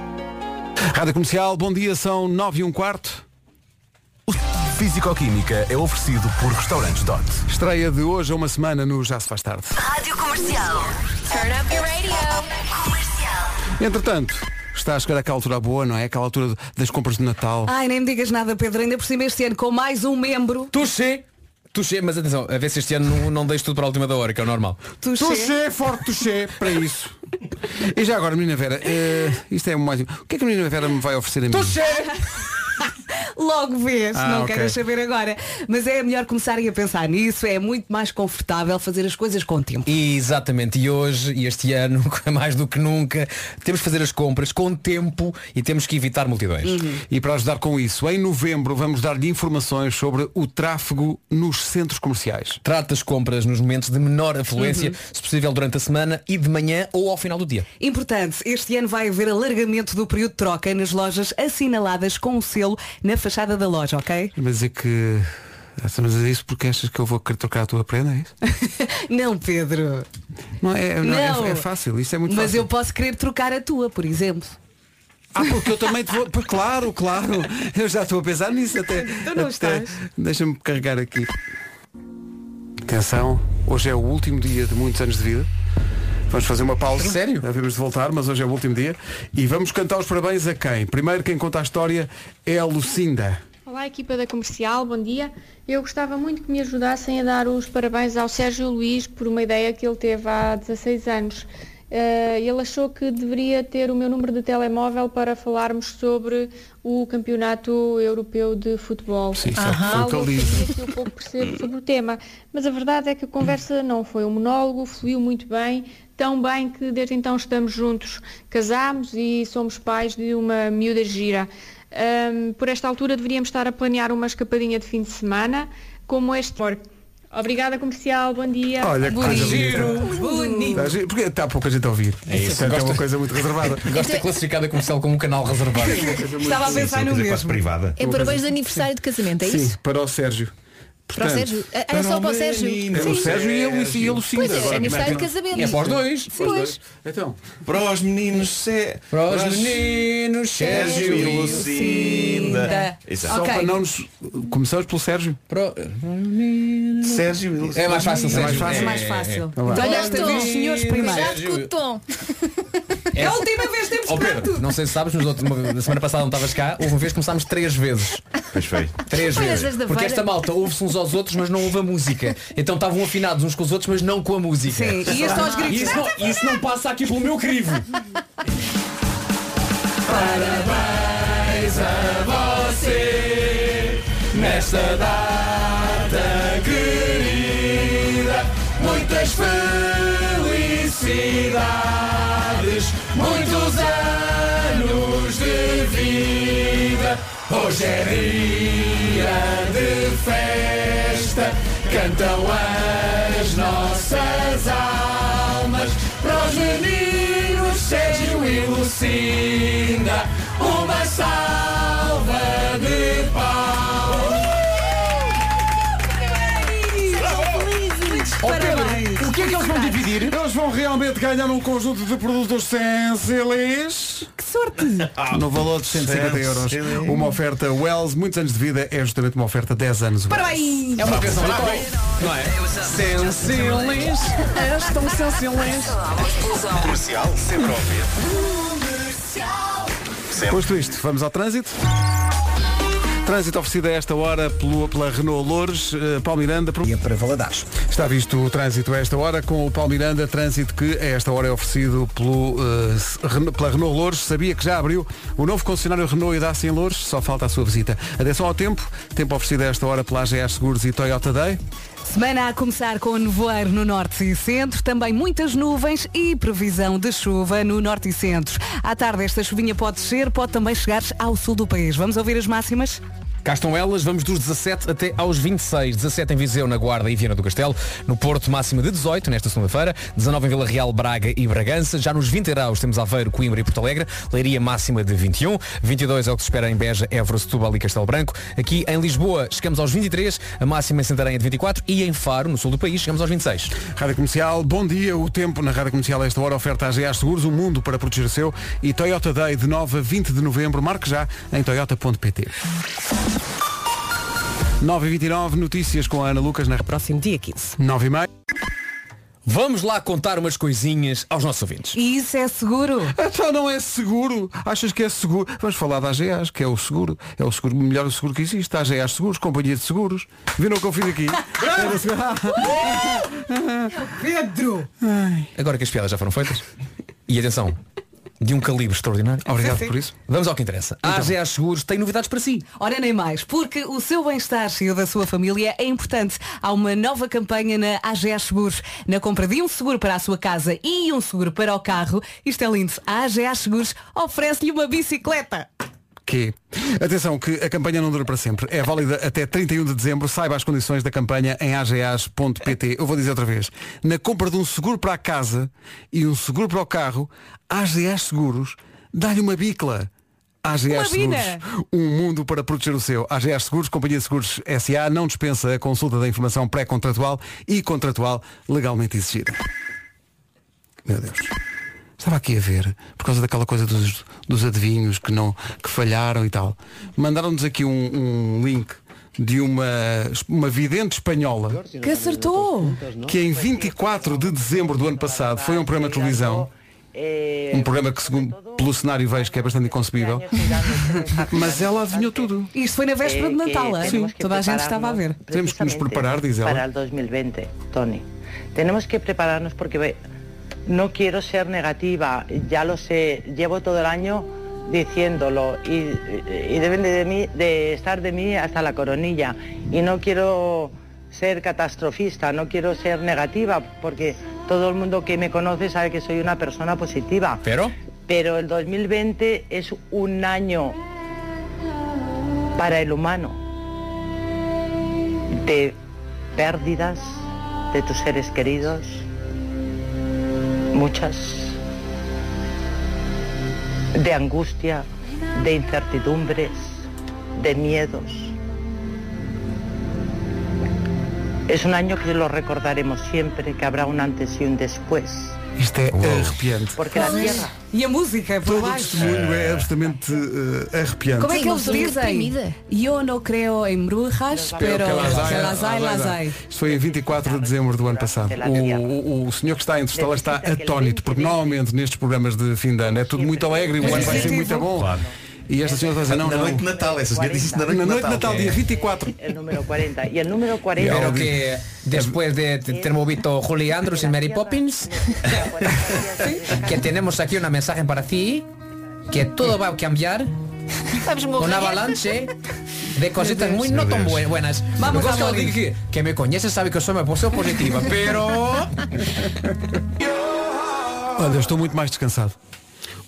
[SPEAKER 2] Rádio Comercial, bom dia, são 9 e um quarto.
[SPEAKER 5] Físico-Química é oferecido por Restaurantes Dot.
[SPEAKER 2] Estreia de hoje a uma semana no Já se faz tarde.
[SPEAKER 8] Rádio Comercial. Turn up your radio.
[SPEAKER 2] Entretanto, está a chegar aquela altura boa, não é? Aquela altura do- das compras de Natal.
[SPEAKER 1] Ai, nem me digas nada, Pedro. Ainda por cima este ano com mais um membro.
[SPEAKER 6] Tuxê. Tuxê, mas atenção, a ver se este ano não, não deixo tudo para a última da hora, que é o normal.
[SPEAKER 1] Tuxê.
[SPEAKER 2] forte tuxê, para isso. E já agora, menina Vera, eh, isto é mais. O que é que a menina Vera me vai oferecer a mim?
[SPEAKER 1] (laughs) Logo vês,
[SPEAKER 2] Ah,
[SPEAKER 1] não
[SPEAKER 2] ok.
[SPEAKER 1] queres saber agora. Mas é melhor começarem a pensar nisso, é muito mais confortável fazer as coisas com tempo.
[SPEAKER 6] E, exatamente, e hoje, e este ano, (laughs) mais do que nunca, temos que fazer as compras com tempo e temos que evitar multidões.
[SPEAKER 2] Uhum. E para ajudar com isso, em novembro vamos dar-lhe informações sobre o tráfego nos centros comerciais.
[SPEAKER 6] Trata as compras nos momentos de menor afluência,
[SPEAKER 1] Uhum.
[SPEAKER 6] se possível durante a semana e de manhã ou ao final do dia.
[SPEAKER 1] Importante, este ano vai haver alargamento do período de troca nas lojas assinaladas com o selo na fachada da loja, ok? (laughs)
[SPEAKER 2] Mas é que. Mas é isso porque achas que eu vou querer trocar a tua prenda, é isso?
[SPEAKER 1] Não, Pedro.
[SPEAKER 2] Não, é, não, é- é fácil, isso é muito
[SPEAKER 1] Mas
[SPEAKER 2] fácil.
[SPEAKER 1] eu posso querer trocar a tua, por exemplo.
[SPEAKER 2] Ah, porque eu também te vou. Pois, Claro, claro. Eu já estou a pensar nisso até.
[SPEAKER 1] Tu não
[SPEAKER 2] até-
[SPEAKER 1] estás.
[SPEAKER 2] Deixa-me carregar aqui. Atenção, hoje é o último dia de muitos anos de vida. Vamos fazer uma pausa. Sério? Havemos de voltar, mas hoje é o último dia. E vamos cantar os parabéns a quem? Primeiro quem conta a história é a Lucinda.
[SPEAKER 17] Olá, equipa da comercial, bom dia. Eu gostava muito que me ajudassem a dar os parabéns ao Sérgio Luís por uma ideia que ele teve há 16 anos. Eh, ele achou que deveria ter o meu número de telemóvel para falarmos sobre o Campeonato Europeu de Futebol.
[SPEAKER 18] Sim, foi- foi o que ele
[SPEAKER 17] eu
[SPEAKER 18] disse.
[SPEAKER 17] sabia que eu pouco percebo sobre o tema, mas a verdade é que a conversa não foi um monólogo, fluiu muito bem, tão bem que desde então estamos juntos, casámos e somos pais de uma miúda gira. Ahm, por esta altura deveríamos estar a planear uma escapadinha de fim de semana, como este. Obrigada comercial, bom
[SPEAKER 4] É
[SPEAKER 17] dia.
[SPEAKER 2] Olha que coisa bonita. Está giro, Porque está pouca gente a ouvir.
[SPEAKER 6] É isso.
[SPEAKER 2] Portanto, é uma
[SPEAKER 6] Gosta-
[SPEAKER 2] coisa muito reservada.
[SPEAKER 6] Gosto de classificar a comercial como um canal reservado.
[SPEAKER 4] Estava a Sim, pensar sim, uma no coisa quase mesmo.
[SPEAKER 2] privada.
[SPEAKER 4] É parabéns de aniversário de casamento, é
[SPEAKER 2] Sim,
[SPEAKER 4] isso?
[SPEAKER 2] para o Sérgio.
[SPEAKER 4] Para o Sérgio? É- Era só para o Sérgio?
[SPEAKER 2] Era o
[SPEAKER 4] Sim.
[SPEAKER 2] Sérgio e ele e a Lucinda.
[SPEAKER 4] Pois é,
[SPEAKER 2] Agora,
[SPEAKER 4] aniversário de
[SPEAKER 2] mas-
[SPEAKER 4] casamento. É para os dois.
[SPEAKER 2] Para os dois. Então.
[SPEAKER 10] Para os meninos, Sé-
[SPEAKER 6] Para os meninos, Sérgio e Lucinda.
[SPEAKER 2] Só para não nos. Começamos pelo Sérgio. Sérgio e Lucinda.
[SPEAKER 6] É mais fácil,
[SPEAKER 2] É mais
[SPEAKER 6] Sérgio.
[SPEAKER 2] fácil.
[SPEAKER 6] É mais fácil.
[SPEAKER 2] Então vá.
[SPEAKER 1] Olha esta vez, senhores, primeiro.
[SPEAKER 4] Cuidado com o tom.
[SPEAKER 1] (laughs) É a última vez que temos
[SPEAKER 6] Ó Pedro, não sei se sabes, mas na outra- na semana passada não estavas cá, houve uma vez que começámos três vezes.
[SPEAKER 10] Pois foi.
[SPEAKER 6] Três
[SPEAKER 4] Foi na
[SPEAKER 6] vezes.
[SPEAKER 4] sexta-feira.
[SPEAKER 6] Porque esta malta ouve-se uns aos outros, mas não ouve a música. Então estavam afinados uns com os outros, mas não com a música.
[SPEAKER 1] Sim, e é este aos gritos.
[SPEAKER 6] Isso não, isso não passa aqui pelo meu crivo.
[SPEAKER 7] Parabéns a você nesta data querida. Muitas felicidades, muitos anos de vida. Hoje é dia de festa, cantam as nossas almas para os meninos Sérgio e Lucinda. um Uma salva de palmas.
[SPEAKER 2] Ó Pedro, o que é que eles vão dividir? Eles vão realmente ganhar um conjunto de produtos sensíveis. Que
[SPEAKER 1] sorte!
[SPEAKER 2] No valor de 150 euros. Uma oferta Wells, muitos anos de vida, é justamente uma oferta 10 anos. Wells.
[SPEAKER 1] Parabéns!
[SPEAKER 6] É uma canção do Toy. Não é? Sensíveis. És tão sensíveis.
[SPEAKER 7] Comercial, sempre a ouvir.
[SPEAKER 2] Posto isto, vamos ao trânsito. Trânsito oferecido a esta hora pelo, pela Renault Loures, eh, Paulo Miranda e
[SPEAKER 3] para Valadares.
[SPEAKER 2] Está visto o trânsito a esta hora com o Paulo Miranda, trânsito que a esta hora é oferecido pelo, eh, se- Ren- pela Renault Loures. Sabia que já abriu o novo concessionário Renault e Dacia em Loures, só falta a sua visita. Atenção ao tempo, tempo oferecido a esta hora pela AGS Seguros e Toyota Day.
[SPEAKER 1] Semana a começar com nevoeiro no norte e centro, também muitas nuvens e previsão de chuva no norte e centro. À tarde esta chuvinha pode descer, pode também chegar ao sul do país. Vamos ouvir as máximas?
[SPEAKER 6] Cá estão elas, vamos dos 17 até aos 26. 17 em Viseu, na Guarda e Viana do Castelo. No Porto, máxima de 18 nesta segunda-feira. 19 em Vila Real, Braga e Bragança. Já nos 20 graus temos Aveiro, Coimbra e Porto Alegre. Leiria máxima de 21. 22 é o que se espera em Beja, Évora, Setúbal e Castelo Branco. Aqui em Lisboa chegamos aos 23. A máxima em Santarém é de 24. E em Faro, no sul do país, chegamos aos 26.
[SPEAKER 2] Rádio Comercial, bom dia. O tempo na Rádio Comercial a esta hora oferta a GA Seguros, o mundo para proteger o seu e Toyota Day de 9 a 20 de novembro. Marque já em toyota.pt. 9h29, notícias com a Ana Lucas na
[SPEAKER 18] próximo dia 15.
[SPEAKER 2] 9h30.
[SPEAKER 6] Vamos lá contar umas coisinhas aos nossos ouvintes.
[SPEAKER 1] E isso é seguro?
[SPEAKER 2] Então não é seguro. Achas que é seguro? Vamos falar da AGAs, que é o seguro. É o seguro, o melhor seguro que existe. A AGAs Seguros, Companhia de Seguros. Viram o que eu
[SPEAKER 1] (laughs)
[SPEAKER 2] fiz aqui? Era seguro.
[SPEAKER 1] Pedro!
[SPEAKER 6] Agora que as piadas já foram feitas. E atenção, de um calibre extraordinário.
[SPEAKER 1] Obrigado Sim, sim. por
[SPEAKER 2] isso.
[SPEAKER 6] Vamos ao que interessa. A AGA Seguros tem novidades para si.
[SPEAKER 1] Então. Ora nem mais, porque o seu bem-estar e o da sua família é importante. Há uma nova campanha na AGA Seguros. Na compra de um seguro para a sua casa e um seguro para o carro, isto é lindo, a AGA Seguros oferece-lhe uma bicicleta.
[SPEAKER 2] Que. Atenção, que a campanha não dura para sempre. É válida até 31 de dezembro. Saiba as condições da campanha em agas.pt. Eu vou dizer outra vez. Na compra de um seguro para a casa e um seguro para o carro, AGAs Seguros dá-lhe uma bicla. AGAs
[SPEAKER 7] Uma
[SPEAKER 2] Seguros.
[SPEAKER 7] bina.
[SPEAKER 2] Um mundo para proteger o seu. AGAs Seguros, Companhia de Seguros SA, não dispensa a consulta da informação pré-contratual e contratual legalmente exigida. Meu Deus. Estava aqui a ver, por causa daquela coisa dos, dos adivinhos que, não, que falharam e tal. Mandaram-nos aqui um, um link de uma, uma vidente espanhola
[SPEAKER 1] Que acertou!
[SPEAKER 2] que em 24 de dezembro do ano passado foi a um programa de televisão. Um programa que, segundo pelo cenário, vejo que é bastante inconcebível. Mas ela adivinhou tudo.
[SPEAKER 1] Isto foi na véspera de Natal, é?
[SPEAKER 11] Sim.
[SPEAKER 1] Toda a gente estava a ver.
[SPEAKER 2] Temos que nos preparar, diz ela.
[SPEAKER 11] Para el 2020, Tony. e Tenemos que prepararnos porque ve, no quiero ser negativa, ya lo sé, llevo todo el año diciéndolo y, y deben de, mí, de estar de mí hasta la coronilla. Y no quiero ser catastrofista, no quiero ser negativa porque todo el mundo que me conoce sabe que soy una persona positiva.
[SPEAKER 6] Pero
[SPEAKER 11] Pero el 2020 es un año para el humano de pérdidas de tus seres queridos, muchas, de angustia, de incertidumbres, de miedos. Es un año que lo recordaremos siempre, que habrá un antes y un después.
[SPEAKER 2] Isto é arrepiante.
[SPEAKER 11] Porque la tierra
[SPEAKER 1] E a música por
[SPEAKER 2] Todo o
[SPEAKER 1] baixo.
[SPEAKER 2] testemunho é absolutamente eh, arrepiante.
[SPEAKER 1] Como é que
[SPEAKER 4] Sim,
[SPEAKER 1] eles
[SPEAKER 4] uma música
[SPEAKER 1] dizem?
[SPEAKER 4] deprimida.
[SPEAKER 1] Eu não creo em brujas, pero que las hay, las
[SPEAKER 6] (laughs)
[SPEAKER 1] hay.
[SPEAKER 2] Isto foi em 24 de dezembro do ano passado. O, o- o senhor que está entre telas está atónito, porque normalmente nestes programas de fim de ano é tudo muito alegre e o ano vai ser muito bom. E esta senhora está a dizer, não,
[SPEAKER 10] Na
[SPEAKER 2] não.
[SPEAKER 10] noite de Natal, essa senhora disse isso na noite
[SPEAKER 2] Na
[SPEAKER 10] de
[SPEAKER 2] noite de
[SPEAKER 10] Natal.
[SPEAKER 2] Natal, dia
[SPEAKER 10] É.
[SPEAKER 2] 24.
[SPEAKER 11] El número 40. Y el número 40.
[SPEAKER 6] Pero que después de ter movido Julie Andrews y Mary Poppins, (laughs) que tenemos aquí una mensaje para ti, que todo va a cambiar, una avalanche de cositas muy no tan buen- buenas.
[SPEAKER 7] Vamos
[SPEAKER 6] Me
[SPEAKER 7] a
[SPEAKER 6] gusta que
[SPEAKER 7] morir.
[SPEAKER 6] diga que- que me conoce sabe que soy una
[SPEAKER 7] (laughs)
[SPEAKER 6] persona positiva, pero...
[SPEAKER 2] Olha, eu estou muito mais descansado.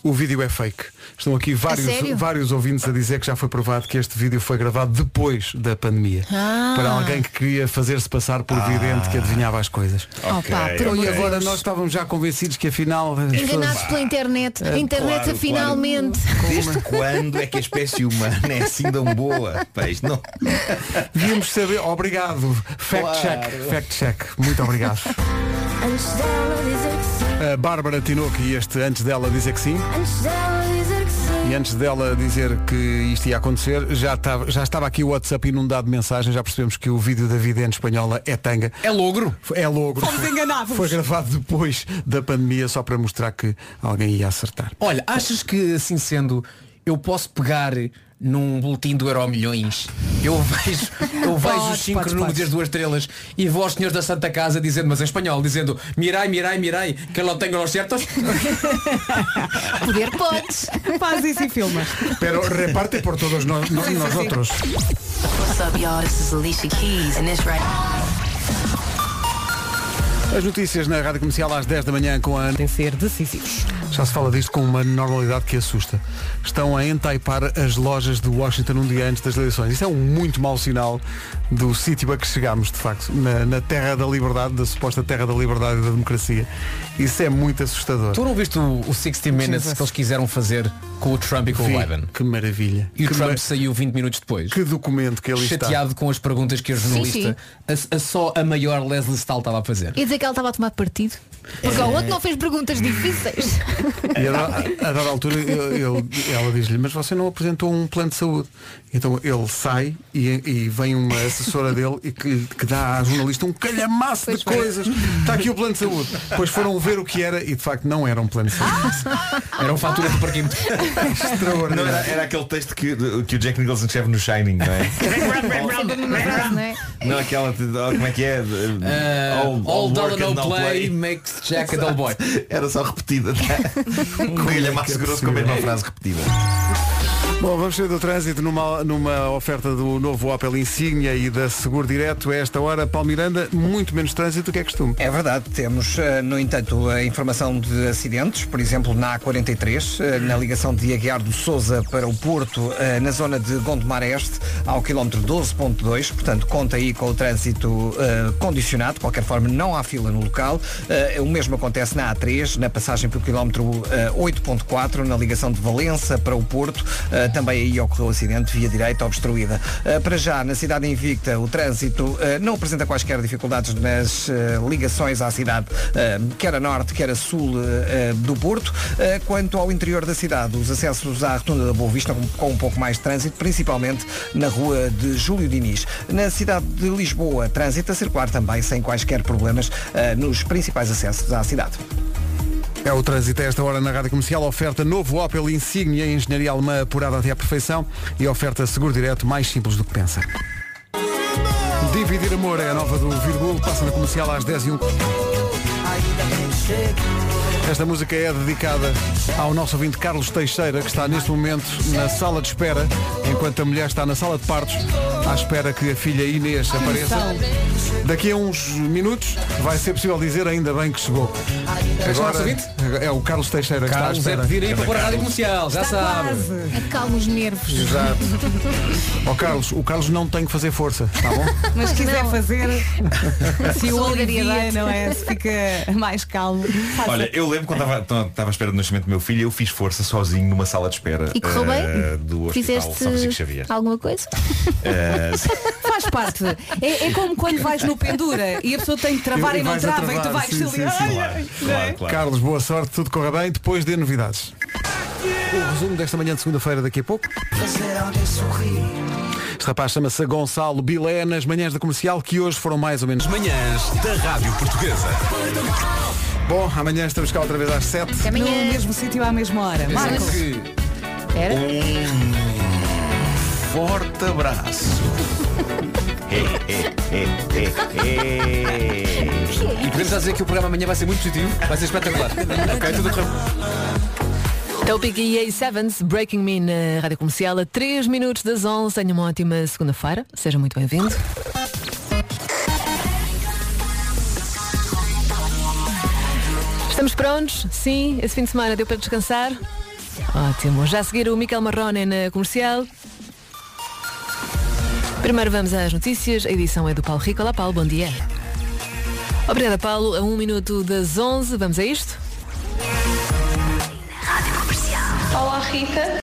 [SPEAKER 2] O vídeo é fake. Estão aqui vários,
[SPEAKER 7] sério?
[SPEAKER 2] vários ouvintes a dizer que já foi provado que este vídeo foi gravado depois da pandemia.
[SPEAKER 7] Ah.
[SPEAKER 2] Para alguém que queria fazer-se passar por vidente que adivinhava as coisas. Então,
[SPEAKER 7] Ok, Opa, por
[SPEAKER 2] e
[SPEAKER 7] amor de
[SPEAKER 2] agora
[SPEAKER 7] Deus.
[SPEAKER 2] nós estávamos já convencidos que afinal. as
[SPEAKER 4] Enganados
[SPEAKER 2] pessoas-
[SPEAKER 4] pela internet.
[SPEAKER 2] É,
[SPEAKER 4] A internet
[SPEAKER 2] claro,
[SPEAKER 4] finalmente.
[SPEAKER 10] Desde quando é que a espécie humana é assim tão boa? Pá, isto não.
[SPEAKER 2] Devíamos saber. Obrigado. Fact
[SPEAKER 10] Claro.
[SPEAKER 2] check. Fact check. Muito (laughs) obrigado.
[SPEAKER 7] Antes dela dizer que sim.
[SPEAKER 2] a Bárbara Tinoco e este antes dela dizer que sim.
[SPEAKER 7] Antes dela dizer que sim.
[SPEAKER 2] E antes dela dizer que isto ia acontecer, já estava, já estava aqui o WhatsApp inundado de mensagens, já percebemos que o vídeo da vidente espanhola é tanga.
[SPEAKER 6] É logro.
[SPEAKER 2] É logro.
[SPEAKER 1] Fomos enganados.
[SPEAKER 2] Foi gravado depois da pandemia só para mostrar que alguém ia acertar.
[SPEAKER 18] Olha, achas que assim sendo, eu posso pegar num boletim do Euro Milhões? Eu vejo, eu vejo
[SPEAKER 6] Podes,
[SPEAKER 18] os cinco
[SPEAKER 6] podes,
[SPEAKER 18] números
[SPEAKER 6] podes.
[SPEAKER 18] e as duas estrelas e vou aos senhores da Santa Casa dizendo, mas em espanhol, dizendo mirai, mirai, mirai, que lo tenho los
[SPEAKER 2] (laughs)
[SPEAKER 18] certos.
[SPEAKER 1] Poder podes. (laughs) Faz isso e filmas.
[SPEAKER 2] Pero reparte por todos nós, nós, nós outros.
[SPEAKER 8] What's up, y'all? This is Alicia Keys, and it's
[SPEAKER 1] (laughs)
[SPEAKER 8] right.
[SPEAKER 2] As notícias na Rádio Comercial às 10 da manhã com a Ana.
[SPEAKER 1] Tem ser decisivos.
[SPEAKER 2] Já se fala disto com uma normalidade que assusta. Estão a entaipar as lojas de Washington um dia antes das eleições. Isso é um muito mau sinal do sítio a que chegámos, de facto, na, na terra da liberdade, da suposta terra da liberdade e da democracia. Isso é muito assustador.
[SPEAKER 18] Tu não viste o, o 60 Minutes que eles quiseram fazer com o Trump e com
[SPEAKER 2] Vi.
[SPEAKER 18] o Biden?
[SPEAKER 2] Que maravilha.
[SPEAKER 18] E o
[SPEAKER 2] Que
[SPEAKER 18] Trump
[SPEAKER 2] ma-
[SPEAKER 18] saiu 20 minutos depois.
[SPEAKER 2] Que documento que ele está.
[SPEAKER 18] Chateado com as perguntas que a
[SPEAKER 4] Sim,
[SPEAKER 18] jornalista, a- a só a maior Leslie Stahl estava a fazer.
[SPEAKER 4] E dizer que ela estava a tomar partido. Porque ao outro não fez perguntas difíceis.
[SPEAKER 2] E a, da- a dada altura ele- ele- ela diz-lhe, mas você não apresentou um plano de saúde. Então ele sai e, e vem uma assessora dele e que, que dá à jornalista um calhamaço de coisas. Está aqui o plano de saúde. Pois foram ver o que era e de facto não era um plano de saúde.
[SPEAKER 18] Eram faturas de parquímetro.
[SPEAKER 10] Não, era, era aquele texto que, que o Jack Nicholson escreve no Shining, não é?
[SPEAKER 4] Sempre a mesma frase, não é?
[SPEAKER 10] Não, aquela. de- oh, Como é que é? De-
[SPEAKER 18] Eh, all dollar
[SPEAKER 10] work and
[SPEAKER 18] no play makes Jack a dull boy.
[SPEAKER 10] (laughs) Era só repetida. Corrilha é mais grosso com a mesma frase repetida.
[SPEAKER 2] Bom, vamos sair do trânsito numa, numa oferta do novo Opel Insignia e da Seguro Direto. A esta hora, Paulo Miranda, muito menos trânsito do que é costume.
[SPEAKER 3] É verdade, temos, eh, no entanto, a informação de acidentes, por exemplo, na A43, eh, na ligação de Aguiar do Souza para o Porto, eh, na zona de Gondomar Este, ao quilómetro 12.2, portanto, conta aí com o trânsito eh, condicionado, de qualquer forma, não há fila no local. Eh, O mesmo acontece na A3, na passagem pelo quilómetro eh, 8.4, na ligação de Valença para o Porto, eh, também aí ocorreu acidente, via direita obstruída. Eh, Para já, na cidade invicta, o trânsito eh, não apresenta quaisquer dificuldades nas eh, ligações à cidade, eh, quer a norte, quer a sul eh, eh, do Porto. Eh, Quanto ao interior da cidade, os acessos à Rotunda da Boa Vista com- com um pouco mais de trânsito, principalmente na rua de Júlio Diniz. Na cidade de Lisboa, trânsito a circular também sem quaisquer problemas eh, nos principais acessos à cidade.
[SPEAKER 2] É o trânsito a esta hora na Rádio Comercial. Oferta novo Opel Insignia, engenharia alemã apurada até à perfeição e oferta seguro direto mais simples do que pensa. Dividir Amor é a nova do Virgul, passa na comercial às 10 e 1. Esta música é dedicada ao nosso ouvinte Carlos Teixeira, que está neste momento na sala de espera, enquanto a mulher está na sala de partos, à espera que a filha Inês apareça. Daqui a uns minutos vai ser possível dizer ainda bem que chegou.
[SPEAKER 18] Este nosso ouvinte?
[SPEAKER 2] é o Carlos Teixeira
[SPEAKER 18] Carlos
[SPEAKER 2] que está
[SPEAKER 18] é
[SPEAKER 2] à espera.
[SPEAKER 18] pedir aí para pôr a rádio comercial, já
[SPEAKER 4] Está
[SPEAKER 18] sabe.
[SPEAKER 4] quase. Acalma os nervos.
[SPEAKER 2] Exato. Ó Carlos, o Carlos não tem que fazer força, está bom?
[SPEAKER 1] Mas se quiser fazer, (laughs) se Assim, o alivia,
[SPEAKER 4] Solidariedade.
[SPEAKER 1] não é? Se fica mais calmo. faça.
[SPEAKER 10] Olha, eu lembro quando estava- então, estava à espera do nascimento do meu filho, eu fiz força sozinho numa sala de espera
[SPEAKER 4] E correu bem?
[SPEAKER 10] eh, do hospital São Francisco
[SPEAKER 4] Fizeste
[SPEAKER 10] Xavier.
[SPEAKER 4] alguma coisa?
[SPEAKER 10] Eh, (laughs) sim.
[SPEAKER 1] (laughs) Faz parte. É, é como quando vais no pendura e a pessoa tem que travar e,
[SPEAKER 2] E
[SPEAKER 1] não
[SPEAKER 2] vais a
[SPEAKER 1] trava e tu
[SPEAKER 2] travar,
[SPEAKER 1] vais
[SPEAKER 2] sim,
[SPEAKER 1] ali.
[SPEAKER 2] sim, sim.
[SPEAKER 1] ai, ai, não é?
[SPEAKER 2] Carlos, boa sorte, tudo corra bem, depois dê novidades. O resumo desta manhã de segunda-feira daqui a pouco. Este rapaz chama-se Gonçalo Bilé nas manhãs da comercial que hoje foram mais ou menos
[SPEAKER 5] Manhãs da Rádio Portuguesa.
[SPEAKER 2] Bom, amanhã estamos cá outra vez às 7.
[SPEAKER 1] No mesmo sítio à mesma hora. Marcos.
[SPEAKER 4] Era?
[SPEAKER 10] um
[SPEAKER 2] Um
[SPEAKER 10] Forte abraço.
[SPEAKER 18] E podemos já dizer que o programa amanhã vai ser muito positivo, vai ser espetacular. ok, tudo correu.
[SPEAKER 19] Topic EA Sevens, Breaking Me na Rádio Comercial a 3 minutos das 11. Tenha uma ótima segunda-feira. Seja muito bem-vindo. Estamos prontos? Sim, esse fim de semana deu para descansar? Ótimo. Já a seguir o Miquel Marrone na Comercial. Primeiro vamos às notícias. A edição é do Paulo Rico. Olá Paulo, bom dia. Obrigada Paulo. A 1 minuto das 11. Vamos a isto?
[SPEAKER 8] Olá, Rita.